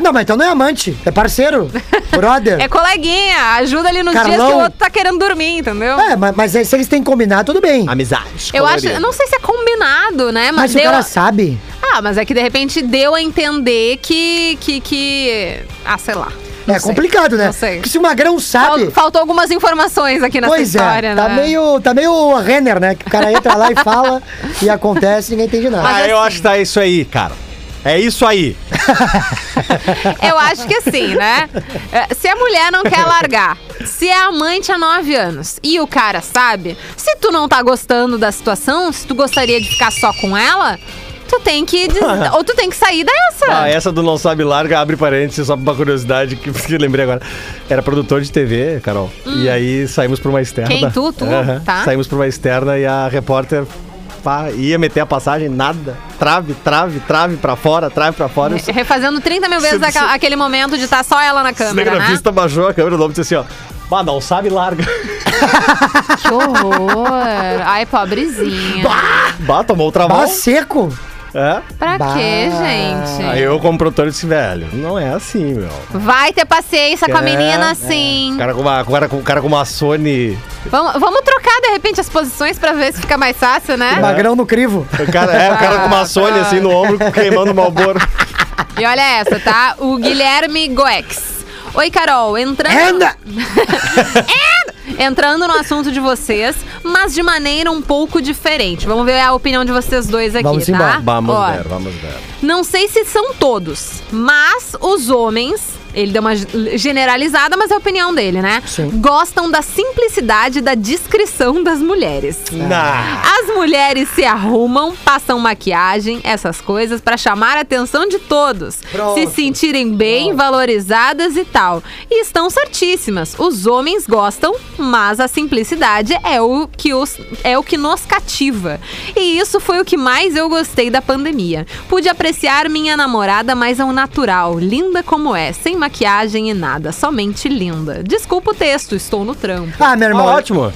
Não, mas então não é amante, é parceiro. Brother.
É coleguinha. Ajuda ali nos dias que
Carlão.
o outro tá querendo dormir, entendeu?
É, mas, mas aí se eles têm que combinar, tudo bem.
Amizade.
Eu acho,
colorida.
eu não sei se é combinado, né?
Mas
Mas,
se o
deu.
cara sabe.
Ah, mas é que de repente deu a entender que. que. que. Ah, sei lá. Não
é
sei.
complicado, né?
Não sei.
Porque se o Magrão sabe.
Fal- Faltou algumas informações aqui nessa
Pois
história,
é,
né?
tá meio, tá meio Renner, né? Que o cara entra lá e fala e acontece, ninguém entende nada.
Ah, eu acho que tá isso aí, cara. É isso aí.
Eu acho que assim, né? É, Se a mulher não quer largar, se é amante há nove anos e o cara sabe, se tu não tá gostando da situação, se tu gostaria de ficar só com ela, tu tem que. des- ou tu tem que sair dessa.
Ah, essa do Não Sabe Larga, abre parênteses, só pra curiosidade, que que eu lembrei agora. Era produtor de TV, Carol. E aí saímos pra uma externa.
Quem? Tu? Tu?
Aham.
Tá.
Saímos pra uma externa e a repórter pá, ia meter a passagem, nada. Trave, trave, trave pra fora, trave pra fora. Eu só-
Refazendo 30 mil vezes
Se-
aqua- aquele momento de estar só ela na
O
câmera, né?
cinegrafista baixou a câmera do nome e disse assim, ó. Bah, não sabe, larga.
Que horror! Ai, pobrezinha.
Bah, tomou o
tá
Ó,
trabalho.
seco.
É.
Pra
Bah.
quê, gente?
Aí Ah, eu, como produtor, disse, velho, não é assim, meu.
Vai ter paciência com a
É,
menina,
né?
é.
sim.
O cara com uma, o cara com, o cara com uma Sony
Vamos, vamos trocar, de repente, as posições pra ver se fica mais fácil, né?
O Magrão no crivo.
O cara, é, o cara com uma Sony assim no ombro, queimando o malboro.
E olha essa, tá? O Guilherme Goex. Oi, Carol, entrando.
Renda!
Entrando no assunto de vocês, mas de maneira um pouco diferente. Vamos ver a opinião de vocês dois aqui,
Vamos
tá?
embora.
Vamos
Ó,
ver, vamos ver.
Não sei se são todos, mas os homens, ele deu uma ge- generalizada, mas é a opinião dele, né?
Sim.
Gostam da simplicidade e da discrição das mulheres.
Nah.
As mulheres se arrumam, passam maquiagem, essas coisas, pra chamar a atenção de todos.
Pronto.
Se sentirem bem, valorizadas e tal. E estão certíssimas. Os homens gostam, mas a simplicidade é o que, os, é o que nos cativa. E isso foi o que mais eu gostei da pandemia. Pude apreciar minha namorada mais ao natural, linda como é, sem maquiagem e nada, somente linda. Desculpa o texto, estou no trampo.
Ah, meu irmão.
ótimo.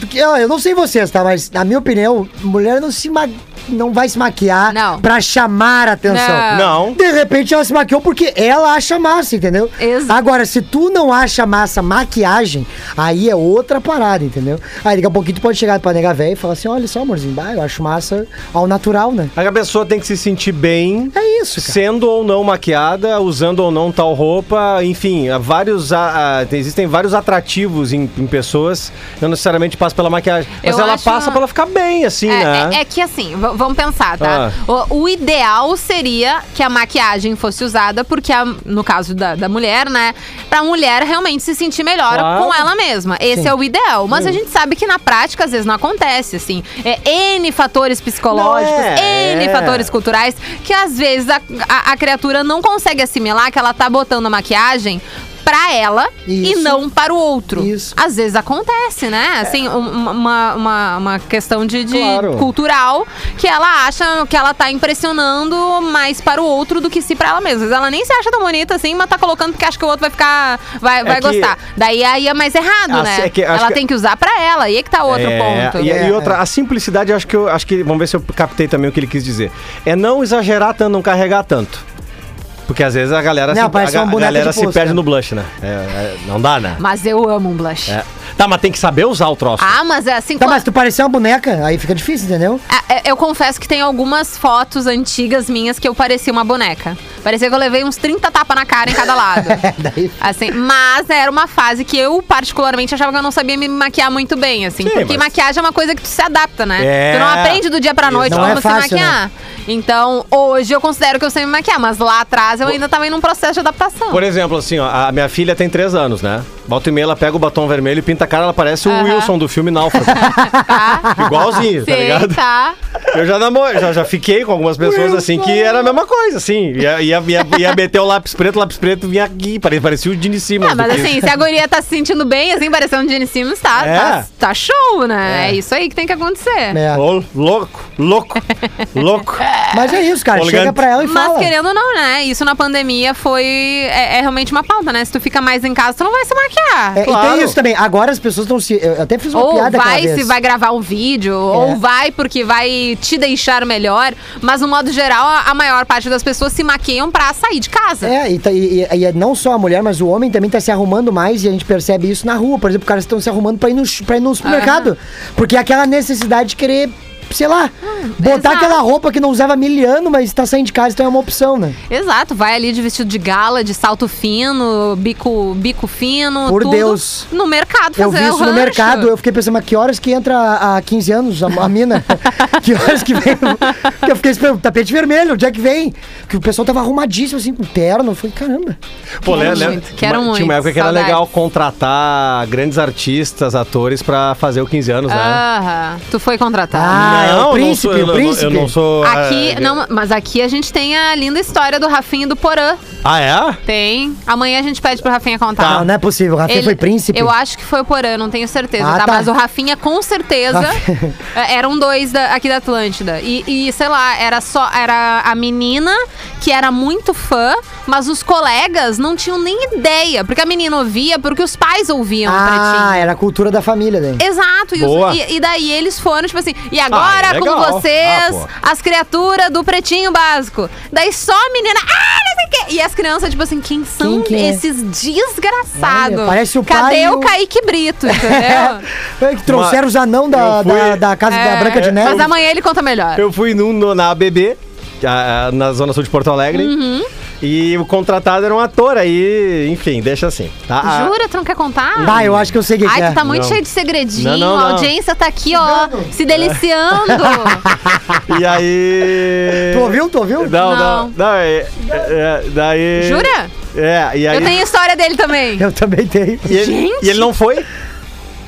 Porque, ó, eu não sei vocês, tá? Mas, na minha opinião, mulher não se ma- não vai se maquiar
Não.
pra chamar a
Ah.
atenção.
Não.
De repente ela se maquiou porque ela acha massa, entendeu?
Exato.
Agora, se tu não acha massa maquiagem, aí é outra parada, entendeu? Aí daqui a pouquinho tu pode chegar pra nega velha e falar assim, olha só, amorzinho, bah, eu acho massa ao natural, né?
A pessoa tem que se sentir bem,
É isso, cara.
sendo ou não maquiada, usando ou não tal roupa, enfim, há vários a- a- existem vários atrativos em, em pessoas. Não necessariamente passa pela maquiagem, mas
Eu
ela
acho-
passa pra ela ficar bem, assim, né? Ah.
É, é- é que assim, v- vamos pensar, tá? O, o ideal seria que a maquiagem fosse usada, porque a- no caso da, da mulher, né? Pra mulher realmente se sentir melhor
Claro.
com ela mesma. Esse é o ideal. Mas a gente sabe que na prática, às vezes, não acontece, assim. É N fatores psicológicos,
Não, é,
N
é.
fatores culturais, que às vezes a, a- a criatura não consegue assimilar que ela tá botando a maquiagem pra ela e
Isso.
não para o outro.
Isso.
Às vezes acontece, né?
É.
Assim, um- uma, uma, uma questão de, de
Claro.
cultural que ela acha que ela tá impressionando mais para o outro do que se para ela mesma. Às vezes ela nem se acha tão bonita assim, mas tá colocando porque acha que o outro vai ficar. vai, vai
que-
gostar. Daí aí é mais errado,
Assim,
né?
é que acho
ela
que-
tem que usar para ela. E aí que tá outro
É,
ponto.
E, e
É,
outra, a simplicidade, eu acho que eu acho que vamos ver se eu captei também o que ele quis dizer. É não exagerar tanto, não carregar tanto. Porque às vezes a galera,
Não,
se,
parece
a,
uma
ga-
boneca
galera
de
se
posto,
perde
né?
no blush, né? É, é, não dá, né?
Mas eu amo um blush.
É. Tá, mas tem que saber usar o troço.
Ah, mas é assim.
Tá,
quando-
mas tu parecer uma boneca, aí fica difícil, entendeu?
Ah, é- Eu confesso que tem algumas fotos antigas minhas que eu parecia uma boneca. Parecia que eu levei uns 30 tapas na cara em cada lado.
É, Daí-
Assim, mas era uma fase que eu particularmente achava que eu não sabia me maquiar muito bem, assim.
Sim,
porque
mas-
maquiagem é uma coisa que tu se adapta, né?
É.
Tu não aprende do dia pra noite
Não
como
é fácil,
se maquiar. Então, hoje eu considero que eu sei me maquiar, mas lá atrás eu ainda tava em um processo de adaptação.
Por exemplo, assim, ó, a minha filha tem três anos, né? Volta e meia, ela pega o batom vermelho e pinta a cara, ela parece o
Aham.
Wilson do filme Náufrago.
Ah.
Igualzinho, tá
Sei,
ligado?
tá.
Eu já namoro, já, já fiquei com algumas pessoas assim que era a mesma coisa, assim. Ia, ia, ia, ia meter o lápis preto, o lápis preto vinha aqui, parecia, parecia o Dini Simas.
Ah, mas
do que-
assim, se a guria tá se sentindo bem, assim, parecendo Jenny Simmons, tá,
É.
tá, tá show, né? É. isso aí que tem que acontecer.
É.
Ô, louco, louco, louco.
Mas é isso, cara.
Elegante.
Chega pra ela e
Mas
fala.
querendo ou não, né? Isso na pandemia foi. É, é realmente uma pauta, né? Se tu fica mais em casa, tu não vai se maquiar.
É, E
Claro.
tem isso também. Agora as pessoas estão se. Eu até fiz uma
Ou
piada
vai
aquela
se
vez. É.
vai gravar um vídeo, ou vai porque vai te deixar melhor. Mas, no modo geral, a a maior parte das pessoas se maquiam pra sair de casa.
É, e, tá- e- e- e é não só a mulher, mas o homem também tá se arrumando mais e a gente percebe isso na rua. Por exemplo, os caras estão se arrumando pra ir no, ch- pra ir no supermercado. Porque é aquela necessidade de querer sei lá, botar
Ah, exato.
aquela roupa que não usava há mil anos, mas tá saindo de casa, então é uma opção, né?
Exato, vai ali de vestido de gala, de salto fino, bico, bico fino.
Por
tudo
Deus.
No mercado fazer
Eu vi
o
isso no
rancho.
mercado, eu fiquei pensando, mas que horas que entra há 15 anos a, a mina? que horas que vem? o- que Eu fiquei esperando, tapete vermelho, onde é que vem? Porque o pessoal tava arrumadíssimo, assim, com terno. Eu falei, caramba.
Pô,
Quero
né, né?
muito, quero
Mas
muito,
Tinha uma época que era
saudades.
legal contratar grandes artistas, atores, pra fazer o 15 anos, né?
Ah, Aham, tu foi contratado.
Ah, é o
eu
príncipe,
sou-
o
eu não-
príncipe.
Eu não sou...
Aqui,
é,
não, mas aqui a gente tem a linda história do Rafinha e do Porã.
Ah, é?
Tem. Amanhã a gente pede pro Rafinha
Ah.
contar.
Não, não é possível, o Rafinha
Ele-
foi príncipe.
Eu acho que foi o Porã, não tenho certeza,
Ah,
tá?
tá.
Mas o Rafinha, com certeza,
Rafinha.
é, eram dois da- aqui da Atlântida. E, e, sei lá, era só era a menina que era muito fã, mas os colegas não tinham nem ideia. Porque a menina ouvia, porque os pais ouviam o é um pretinho.
Ah, era a cultura da família, daí.
Exato, e, os-
Boa.
e- e daí eles foram, tipo assim, e agora
Ah, é
com
legal. Ah,
vocês,
pô.
as criaturas do pretinho básico. Daí só a menina, ah, não sei o quê. E as crianças, tipo assim, quem são
que é?
esses desgraçados?
Olha, parece o
Cadê
pai e
o
o-
Kaique Brito, entendeu?
É, que trouxeram
Mas
os anão da,
eu fui-
da, da casa da
É,
Branca de Neve.
Mas amanhã ele conta melhor.
Eu fui num, no- na ABB, a- a- na Zona Sul de Porto Alegre.
Uhum.
E o contratado era um ator, aí, enfim, deixa assim. Tá? A-
Jura, tu não quer contar?
Ah, eu acho que eu sei o que que
Ai,
é.
tu tá muito
Não.
cheio de segredinho.
Não, não,
A
não.
audiência tá aqui, ó, se deliciando.
E aí.
Tu ouviu? Tu ouviu?
Não,
Não.
não. não é, é, é, daí.
Jura?
É, e aí.
Eu tenho história dele também.
Eu também tenho.
e ele,
Gente!
e ele não foi?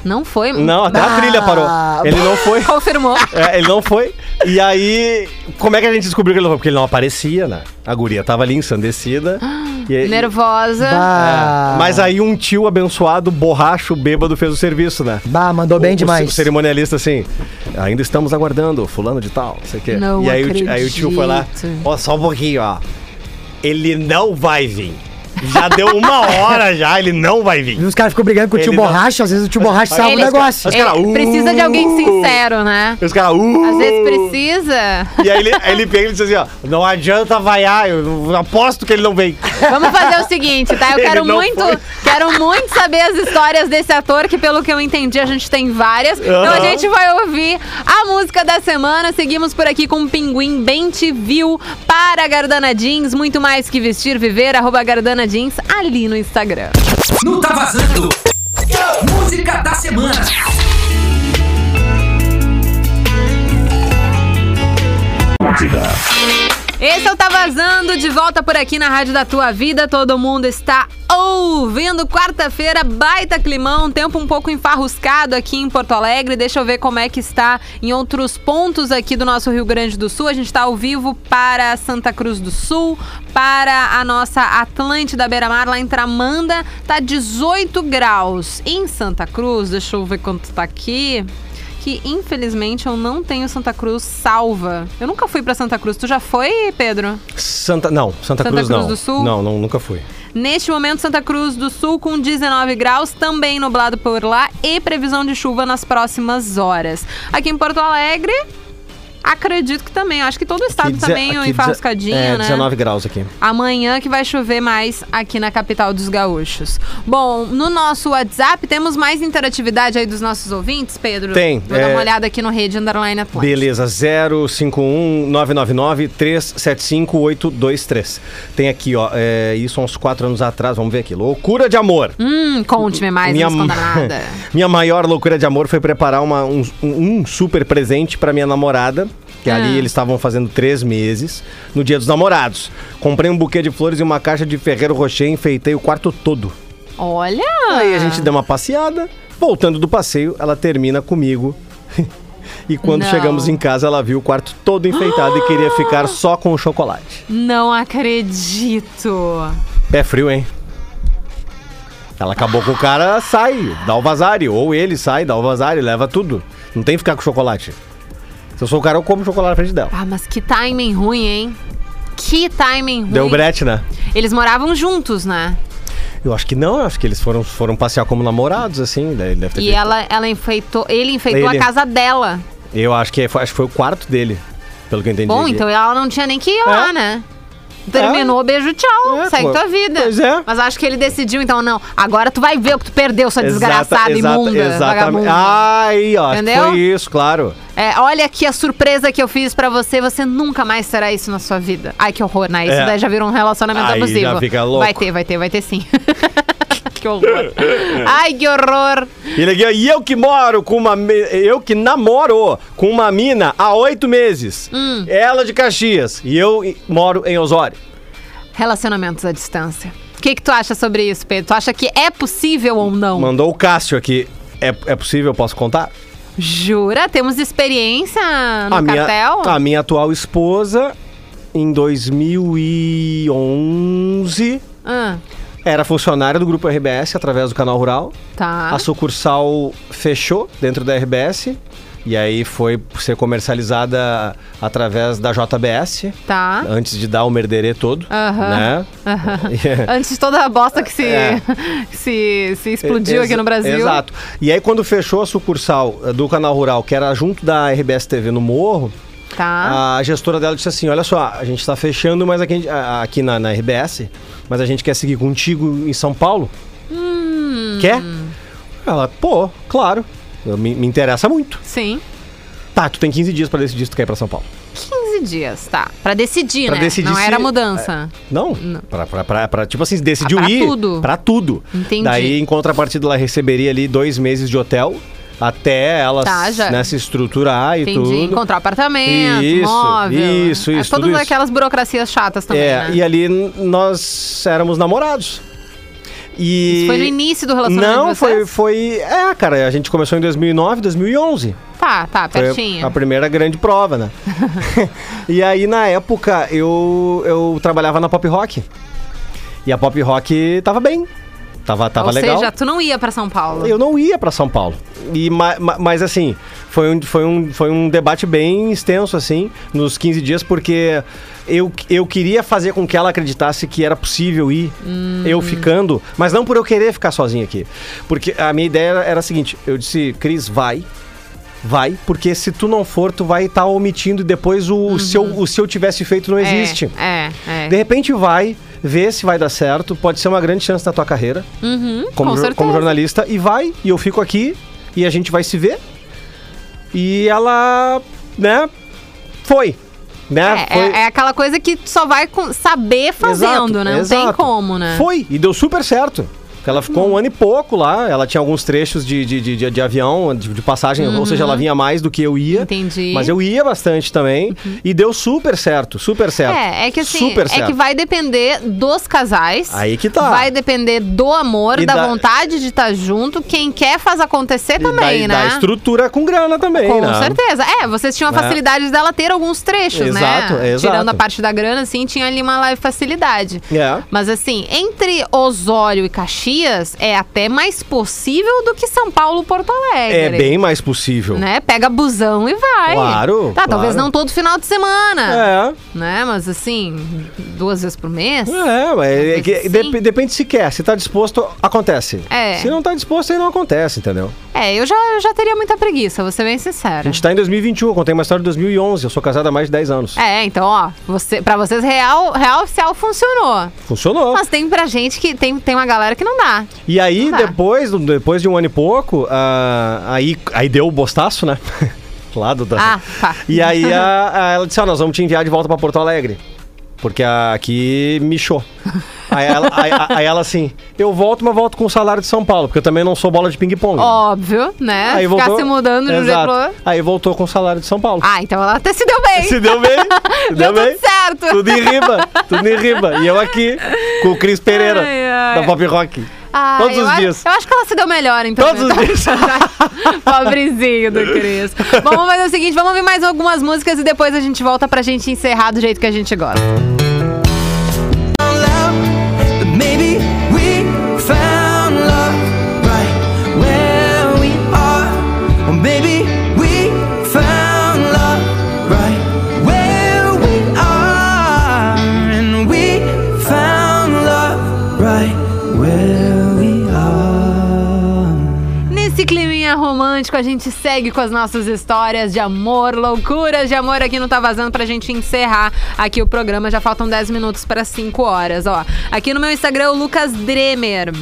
Não foi?
Não, até
Ah.
a trilha parou. Ele não foi.
Confirmou.
É, ele não foi. E aí, como é que a gente descobriu que ele não foi? Porque ele não aparecia, né? A guria tava ali ensandecida.
Ah,
E aí-
Nervosa.
Bah,
É, Mas aí um tio abençoado, borracho, bêbado, fez o serviço, né?
bah, mandou bem
O- O
demais.
cerimonialista assim, ainda estamos aguardando, fulano de tal, não sei o quê.
Não
e aí o, ti- aí o tio foi lá,
acredito.
ó, só um pouquinho, ó. Ele não vai vir. Já deu uma hora já, ele não vai vir.
E os caras ficam brigando com o tio
Ele não-
Borracha, às vezes o tio Borracha salva o
Ele-
Tá um negócio.
Mas, cara,
ele
uh!
precisa de alguém sincero, né?
E os caras, uh!
Às vezes precisa.
E aí ele, aí ele pega e diz assim, ó, não adianta vaiar, eu aposto que ele não vem.
Vamos fazer o seguinte, tá? Eu
Ele
quero
não
muito,
foi.
quero muito saber as histórias desse ator, que pelo que eu entendi, a gente tem várias. Então a
Aham.
gente vai ouvir a música da semana. Seguimos por aqui com o Pinguim Bem Te Viu para Gardana Jeans, muito mais que vestir, viver, arroba Gardana Jeans ali no Instagram.
Não tá vazando. Música da semana.
Atlântida,
Esse eu tá vazando de volta por aqui na Rádio da Tua Vida. Todo mundo está ouvindo. Quarta-feira, baita climão, tempo um pouco enfarruscado aqui em Porto Alegre. Deixa eu ver como é que está em outros pontos aqui do nosso Rio Grande do Sul. A gente está ao vivo para Santa Cruz do Sul, para a nossa Atlântida Beira Mar, lá em Tramanda. Tá 18 graus em Santa Cruz. Deixa eu ver quanto tá aqui que infelizmente eu não tenho Santa Cruz salva. Eu nunca fui pra Santa Cruz. Tu já foi, Pedro?
Santa, não, Santa,
Santa
Cruz,
Cruz
não.
do Sul?
Não, não, nunca fui.
Neste momento, Santa Cruz do Sul com 19 graus, também nublado por lá e previsão de chuva nas próximas horas. Aqui em Porto Alegre, acredito que também. Acho que todo o estado
Aqui deze-
Tá também,
aqui
o enfarruscadinho,
deze- é,
né?
19 graus aqui.
Amanhã que vai chover mais aqui na capital dos gaúchos. Bom, no nosso WhatsApp temos mais interatividade aí dos nossos ouvintes, Pedro?
Tem,
Vou
é-
dar uma olhada aqui no Rede Underline Atlântica.
Beleza, 051-999-375-823. Tem aqui, ó, é, isso há uns quatro anos atrás, vamos ver aqui. Loucura de amor.
Hum, conte-me mais, não esconda nada.
minha maior loucura de amor foi preparar uma- um, um- um super presente pra minha namorada. Que
Ah.
ali eles estavam fazendo três meses, no dia dos namorados. Comprei um buquê de flores e uma caixa de Ferreiro Rocher, enfeitei o quarto todo.
Olha!
Aí
Ah.
a gente deu uma passeada, voltando do passeio, ela termina comigo. E quando
Não.
chegamos em casa, ela viu o quarto todo enfeitado e queria ficar só com o chocolate.
Não acredito.
Pé frio, hein? Ela acabou com o cara, sai, dá o vazare. Ou ele sai, dá o vazare, leva tudo. Não tem que ficar com chocolate. Se eu sou o cara, eu como chocolate na frente dela.
Ah, mas que timing ruim, hein? Que timing ruim.
Deu brete, né?
Eles moravam juntos, né?
Eu acho que não, eu acho que eles foram, foram passear como namorados, assim. daí ele deve ter
E
feito-
ela, ela enfeitou, ele enfeitou
Ele.
a casa dela.
Eu acho que, foi, acho que foi o quarto dele, pelo que eu entendi.
Bom,
Ele-
então ela não tinha nem que ir lá, né? Terminou, beijo, tchau.
É,
segue
pô.
tua vida.
Pois é.
Mas acho que ele decidiu, então, não. Agora tu vai ver o que tu perdeu, sua desgraçada
exata-
imunda.
Exatamente. Ah,
vagabunda.
Aí, ó.
Entendeu?
Foi isso, claro.
É, olha aqui a surpresa que eu fiz pra você. Você nunca mais será isso na sua vida. Ai, que horror, né? Isso
É.
daí já virou um relacionamento
Aí
abusivo.
já fica louco.
Vai ter, vai ter, vai ter sim. que horror. Ai, que horror.
Ele aqui, ó, e eu que moro com uma. me- Eu que namoro com uma mina há oito meses.
Hum.
Ela de Caxias. E eu e- moro em Osório.
Relacionamentos à distância. O que, que tu acha sobre isso, Pedro? Tu acha que é possível ou não?
Mandou o Cássio aqui. É, é possível, posso contar?
Jura? Temos experiência no
a, minha,
cartel?
a minha atual esposa, em 2011,
Ah,
era funcionária do Grupo RBS através do canal Rural.
tá.
A sucursal fechou dentro da RBS. E aí foi ser comercializada através da JBS.
Tá.
Antes de dar o merderê todo.
Aham.
Né?
Aham.
Yeah.
Antes de toda a bosta que se,
É.
que se, se explodiu aqui
Exa-
no Brasil.
Exato. E aí, quando fechou a sucursal eh, do Canal Rural, que era junto da RBS TV no Morro,
Tá.
a gestora dela disse assim: Olha só, a gente está fechando, mas aqui, a gente- a- aqui na, na RBS, mas a gente quer seguir contigo em São Paulo.
Hum.
Quer? Ela, pô, claro. Eu, me, me interessa muito.
Sim.
Tá, tu tem 15 dias para decidir se tu quer ir pra São Paulo.
15 dias, tá. Pra decidir,
Pra
né?
decidir
Não
se- é
era mudança.
Não, Pra, pra, pra, pra, tipo assim, decidiu
Ah, pra
ir.
tudo.
Pra tudo.
Entendi.
Daí, em contrapartida, ela receberia ali dois meses de hotel até ela
Tá,
s-
já.
né, se estruturar e
Entendi.
tudo.
Encontrar apartamento,
Isso,
móvel.
isso,
É,
isso,
Todas
tudo isso.
aquelas burocracias chatas também,
é,
né?
e ali n- nós éramos namorados. E
Isso foi no início do relacionamento
Não,
de
foi,
vocês?
foi. É, cara, a gente começou em 2009, 2011.
Tá, tá,
Foi
pertinho.
a primeira grande prova, né? e aí, na época, eu, eu trabalhava na Pop Rock. E a Pop Rock tava bem. Tava, tava
Ou
legal.
seja, tu não ia pra São Paulo.
Eu não ia pra São Paulo. E, ma- ma- mas assim, foi um, foi, um, foi um debate bem extenso, assim, nos 15 dias, porque eu, eu queria fazer com que ela acreditasse que era possível ir,
Hum.
eu ficando, mas não por eu querer ficar sozinho aqui. Porque a minha ideia era, era a seguinte: eu disse, Cris, vai. Vai, porque se tu não for, tu vai estar omitindo e depois o, seu, o se eu tivesse feito não
Uhum. É,
existe.
É, é.
De repente vai, vê se vai dar certo, pode ser uma grande chance na tua carreira
Uhum,
como,
com
jor-
certeza.
como jornalista e vai, e eu fico aqui e a gente vai se ver. E ela, né, foi. Né?
É,
foi.
é- é aquela coisa que tu só vai com- saber fazendo,
Exato,
né? Não tem
exato.
como, né? Hum.
Foi, e deu super certo. Ela ficou um ano e pouco lá, ela tinha alguns trechos de, de, de, de- de avião, de, de passagem, ou seja, ela vinha mais do que eu ia.
Uhum. Entendi. Uhum.
Mas eu ia bastante também, e deu super certo, super certo.
É, é que assim,
super
é
certo.
que vai depender dos casais.
Aí que tá.
Vai depender do amor,
E
da,
da-
vontade de estar junto. Quem quer faz acontecer
E
também,
da, da
né?
estrutura com grana também,
Com
né?
certeza. É, vocês tinham a
Né?
facilidade dela ter alguns trechos,
Exato,
né?
exato.
Tirando a parte da grana, assim, tinha ali uma leve facilidade.
É.
Mas assim, entre Osório e Caxias, é até mais possível do que São Paulo e Porto
É
Alegre.
bem mais possível.
Né? Pega busão e vai.
Claro,
Tá, talvez
claro.
não todo final de semana.
É.
Né? Mas assim, duas vezes por mês.
É, mas é que
Assim.
dep- depende se quer. Se tá disposto, acontece.
É.
Se não tá disposto, aí não acontece, entendeu?
É, eu já, eu já teria muita preguiça, vou ser bem sincera.
A gente tá em 2021, eu contei uma história de 2011. Eu sou casado há mais de 10 anos.
É. É, então, ó, você, pra vocês, real, real oficial funcionou.
Funcionou.
Mas tem pra gente que tem, tem uma galera que não dá.
E aí,
Não dá.
depois, depois de um ano e pouco, ah, aí, aí deu o bostaço, né? Lá do da...
Ah, tá.
E aí a- a- ela disse: Ó, nós vamos te enviar de volta pra Porto Alegre. Porque a- aqui michou. Aí ela, aí- aí ela assim: eu volto, mas volto com o salário de São Paulo, porque eu também não sou bola de ping-pong. né?
Óbvio, né?
Aí
Ficar
Ah, voltou-
se mudando de um jeito
Exato.
pro outro.
Aí voltou com o salário de São Paulo.
Ah, então ela até se deu bem.
Se deu bem. Se
Deu
deu
tudo
bem.
certo.
Tudo em riba. Tudo em riba. E eu aqui, com o Cris Pereira,
Ai, ai.
da Pop Rock.
Ah,
Todos
eu
os
acho-
dias.
eu acho que ela se deu melhor, então.
Todos os dias.
Pobrezinho do Cris. vamos fazer o seguinte, vamos ouvir mais algumas músicas e depois a gente volta pra gente encerrar do jeito que a gente gosta.
Maybe we found love right where we are. Or maybe we found love right where we are. And we found love right where we are.
Nesse climinha romântico, a gente segue com as nossas histórias de amor, loucuras de amor aqui no Tá Vazando pra gente encerrar aqui o programa. Já faltam 10 minutos para 5 horas, ó. Aqui no meu Instagram, é o Lucas Dremer.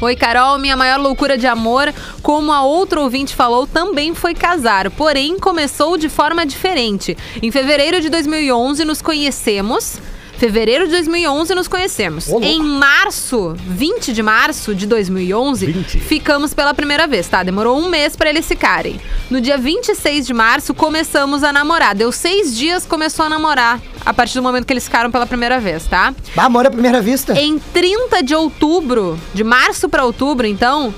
Oi, Carol. Minha maior loucura de amor, como a outra ouvinte falou, também foi casar, porém começou de forma diferente. Em fevereiro de 2011 nos conhecemos. Fevereiro de 2011 nos conhecemos. em março, 20 de março de 2011, ficamos pela primeira vez, tá? Demorou um mês pra eles ficarem. No dia 26 de março, começamos a namorar. Deu seis dias, começou a namorar. A partir do momento que eles ficaram pela primeira vez, tá?
Amor à primeira vista.
Em 30 de outubro, de março para outubro, então,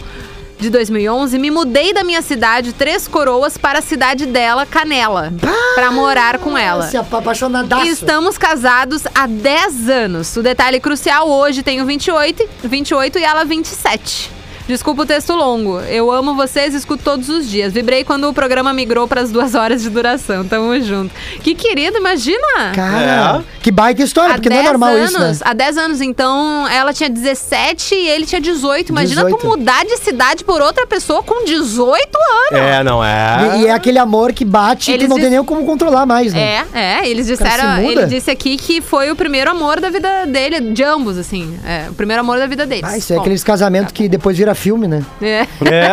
de 2011, me mudei da minha cidade, Três Coroas, para a cidade dela, Canela, para morar com ela. tá-
Se apa- apaixonadaço.
Estamos casados há 10 anos. O detalhe crucial hoje tenho 28, 28 e ela 27. Desculpa o texto longo. Eu amo vocês, escuto todos os dias. Vibrei quando o programa migrou para as duas horas de duração. Tamo junto. Que querido, imagina!
Cara, que baita história,
Há
porque não é
10
normal
anos,
isso, né?
Há 10 anos, então, ela tinha 17 e ele tinha 18. Imagina
18.
tu mudar de cidade por outra pessoa com 18 anos.
É, não é?
E, e é aquele amor que bate
Ah.
e
Eles
tu não
dis-
tem nem como controlar mais, né?
É, é, eles
cara se
disseram,
muda?
ele disse aqui que foi o primeiro amor da vida dele, de ambos, assim. É, o primeiro amor da vida deles.
Ah, isso é
Bom,
aqueles casamentos que depois vira filme, né?
é.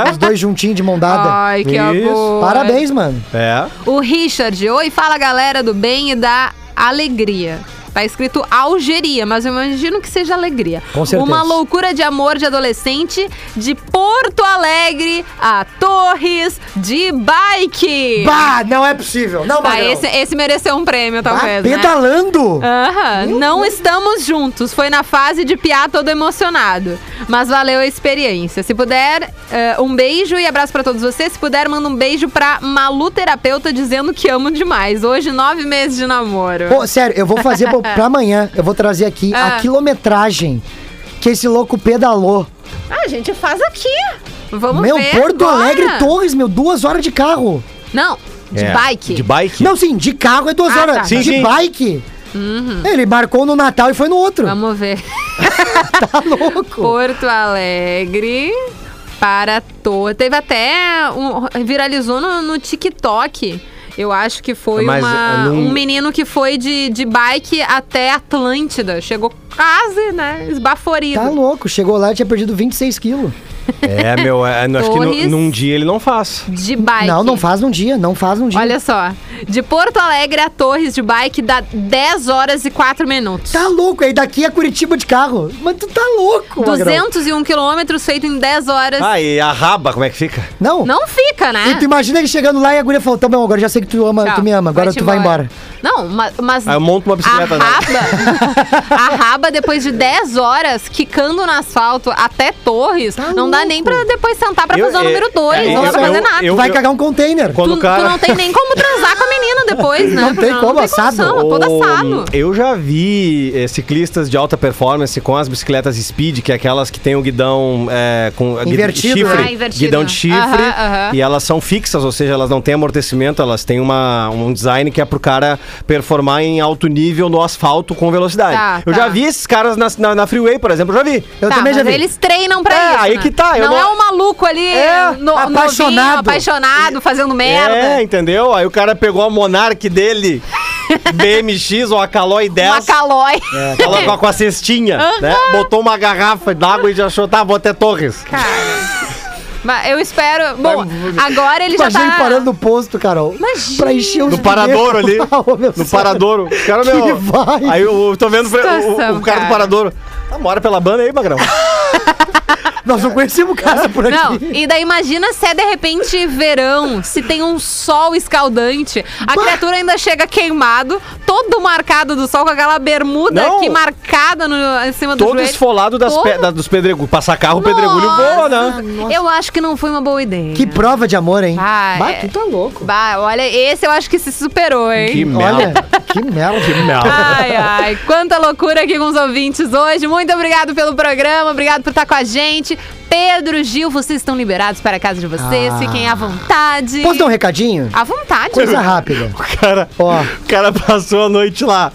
Os
É,
dois juntinhos de mão dada.
Ai, que
Isso.
amor.
Ah, Parabéns, mano.
é.
O Richard, oi, fala galera do bem e da alegria. Tá escrito Algeria, mas eu imagino que seja alegria.
Com certeza.
Uma loucura de amor de adolescente de Porto Alegre a Torres de bike.
Bah, não é possível. Não,
Bah,
Magrão.
Tá, esse, esse mereceu um prêmio,
Bah,
talvez. né?
pedalando.
Aham, não estamos juntos. Foi na fase de piar todo emocionado. Mas valeu a experiência. Se puder, eh, um beijo e abraço pra todos vocês. Se puder, manda um beijo pra Malu Terapeuta dizendo que amo demais. Hoje, nove meses de namoro.
Pô, sério, eu vou fazer pra, pra amanhã. Eu vou trazer aqui
Ah.
a quilometragem que esse louco pedalou.
Ah, gente, faz aqui. Vamos
meu,
ver.
Porto
agora.
Alegre e Torres, meu, duas horas de carro.
Não, de
É.
bike.
De bike?
Não, sim, de carro é duas
Ah,
horas.
tá.
Sim,
de
sim.
bike. Ele marcou no Natal e foi no outro.
Uhum. Vamos ver.
Tá louco.
Porto Alegre para Torres. Teve até. um- viralizou no, no TikTok. Eu acho que foi
Mas,
uma-
ah, não-
um menino que foi de, de bike até Atlântida. Chegou quase, né? Esbaforido.
Tá louco. Chegou lá e tinha perdido 26 quilos.
É, meu, é, acho que
Torres.
nu- num dia ele não faz.
De bike.
Não, não faz um dia, não faz um dia.
Olha só. De Porto Alegre a Torres de bike dá 10 horas e 4 minutos.
Tá louco, aí daqui é Curitiba de carro. Mas tu tá louco, Magrão.
201 quilômetros feito em 10 horas.
Ah, e a raba, como é que fica?
Não.
Não fica, né?
E tu imagina ele chegando lá e a guria falou, tá bom, agora já sei que tu ama,
Tchau.
tu me ama, agora
Vai-te
tu vai embora.
Não, ma- mas.
Aí Ah, eu monto uma bicicleta,
a
né?
raba, a raba, depois de 10 horas, quicando no asfalto até Torres,
Tá
não dá
louco.
nem pra depois sentar pra
Eu-
fazer o
é-
número 2.
é,
não dá
eu-
pra fazer
eu-
nada.
Tu
eu-
vai cagar um container.
Quando
tu,
o
tu
cara.
não tem nem como transar com a menina depois, né?
Não tem como, é assado.
Não, é todo
Ô,
assado.
Eu já vi eh, ciclistas de alta performance com as bicicletas speed, que é aquelas que tem o guidão eh, com gui-
Invertido,
chifre,
né? Ah, invertido.
guidão de chifre,
Aham, aham.
e elas são fixas, ou seja, elas não têm amortecimento, elas têm uma, um design que é pro cara performar em alto nível no asfalto com velocidade.
Tá,
eu
tá.
já vi esses caras na, na, na freeway, por exemplo, eu já vi.
Eu
Tá,
também já
mas
vi.
eles treinam pra
É,
isso.
aí
né?
que tá, eu
Não,
não-
é um maluco ali,
É,
no,
apaixonado.
novinho, apaixonado, fazendo merda.
É, entendeu? Aí o cara pegou a Monark dele, BMX ou a Caloi 10.
uma calói.
Ela
É.
com a, com a cestinha, né? Botou uma garrafa d'água e já achou, tá, vou até Torres.
Cara. Mas eu espero. Bom, agora ele já
Imagina
tá.
ele parando no posto, Carol.
Imagina.
Pra encher os
No paradouro ali.
bilhetes. Ah, ô, meu
No
céu.
paradouro. O cara,
Que
meu.
vai.
Aí eu tô vendo pra- o- o,
Situação,
o
cara.
cara do paradouro. Ah, mora pela banda aí, Magrão.
Nós não conhecemos casa por aqui.
Não, e daí imagina se é de repente verão, se tem um sol escaldante, a criatura ainda chega queimado, todo marcado do sol, com aquela bermuda
Não.
aqui marcada no, em cima do
Todo
joelho.
esfolado das
Todo.
pe- da- dos pedregulhos. Passar carro, o pedregulho
Nossa,
voa, né?
Eu acho que não foi uma boa ideia.
Que prova de amor, hein?
Ah,
bah,
é.
tu tá louco.
Bah, olha, esse eu acho que se superou, hein?
Que
Olha,
merda.
que merda.
Que merda.
Ai, ai, quanta loucura aqui com os ouvintes hoje. Muito obrigado pelo programa, obrigado por estar com a gente. Pedro, Gil, vocês estão liberados para a casa de vocês,
Ah.
fiquem à vontade.
Posso dar um recadinho?
À vontade. Tipo
Coisa rápida.
O cara,
Ó.
o cara passou a noite lá.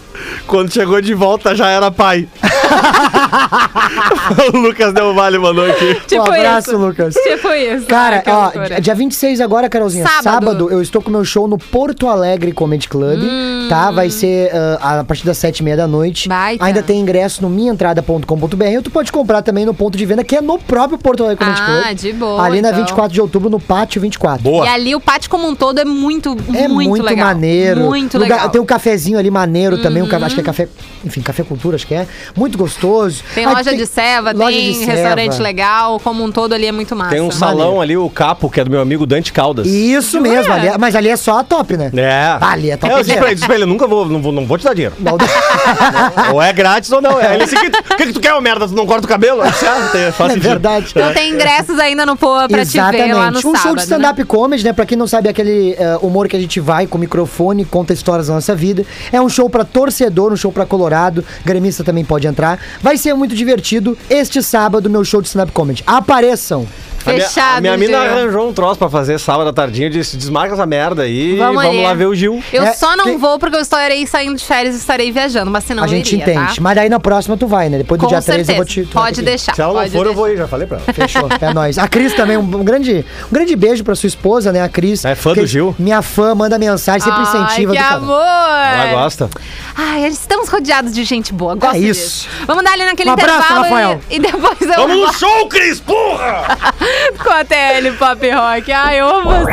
Quando chegou de volta, já era pai. o Lucas Del Vale mandou aqui.
Tipo
Um abraço,
isso.
Lucas.
Tipo isso.
Cara,
Ai, que
ó,
loucura.
dia 26 agora, Carolzinha.
Sábado.
Sábado. eu estou com meu show no Porto Alegre Comedy Club, tá? Vai ser ah, a partir das sete e meia da noite.
Hum. Baita.
Ainda tem ingresso no minhaentrada.com.br. Ou tu pode comprar também no ponto de venda, que é no próprio Porto Alegre Comedy
Ah,
Club.
de boa,
Ali na
então.
24 de outubro, no Pátio 24.
E ali o pátio como um todo é muito,
É muito,
legal.
maneiro.
Muito
Lugar-
legal. Uhum.
Tem um cafezinho ali maneiro também, um ca- acho que é café, enfim, café cultura, acho que é. Muito gostoso.
Tem
Aí
loja de ceva,
loja
tem
de ceva.
restaurante legal, como um todo ali é muito massa.
Tem um salão ali, o Capo, que é do meu amigo Dante Caldas.
Isso
Jura?
mesmo, ali é- mas ali é só a top, né?
É.
Vale, é top
Eu disse pra ele, disse pra ele, eu nunca vou, não vou, não vou te dar dinheiro.
Balde-
ou é grátis ou não. É. Ele disse, o que, tu- que que tu quer, ô merda? Tu não corta o cabelo? Eu disse, ah, tem- faz
É
sentido.
verdade.
Então tem ingressos ainda no Poa pra te ver lá no
um
sábado.
show de
né?
stand-up comedy, né? Pra quem não sabe, é aquele eh, humor que a gente vai com o microfone, conta histórias da nossa vida. É um show pra torcedor, um show pra colorado. Gremista também pode entrar. Vai ser muito divertido este sábado, meu show de stand-up comedy. Apareçam!
A minha-
Fechado,
A minha,
Gil.
mina arranjou um troço pra fazer sábado à tardinha. eu Disse, desmarca essa merda aí. Vamos,
ali.
lá ver o Gil.
Eu
É,
só não
tem-
vou porque eu estarei saindo de férias e estarei viajando, mas senão
a gente
eu iria,
entende.
tá?
Mas daí na próxima tu vai, né? Depois do
Com
dia 13 eu
certeza.
vou te. tu vai
pode
ter que ir.
deixar.
Se ela não
pode
for, eu
deixar.
vou ir, já falei pra ela.
Fechou. É nóis. A Cris também, um, um grande, um grande beijo pra sua esposa, né? A Cris.
É fã do
Cris,
Gil?
Minha fã, manda mensagem, sempre incentiva.
Ai,
do
que
canal.
amor!
Ela gosta.
Ai, estamos rodeados de gente boa. Gosto
É isso.
disso. Vamos dar ali naquele
Um abraço,
intervalo e-
Rafael.
E, depois eu
Vamos no show, Cris, porra!
com a TL Pop Rock. Ai, eu amo você.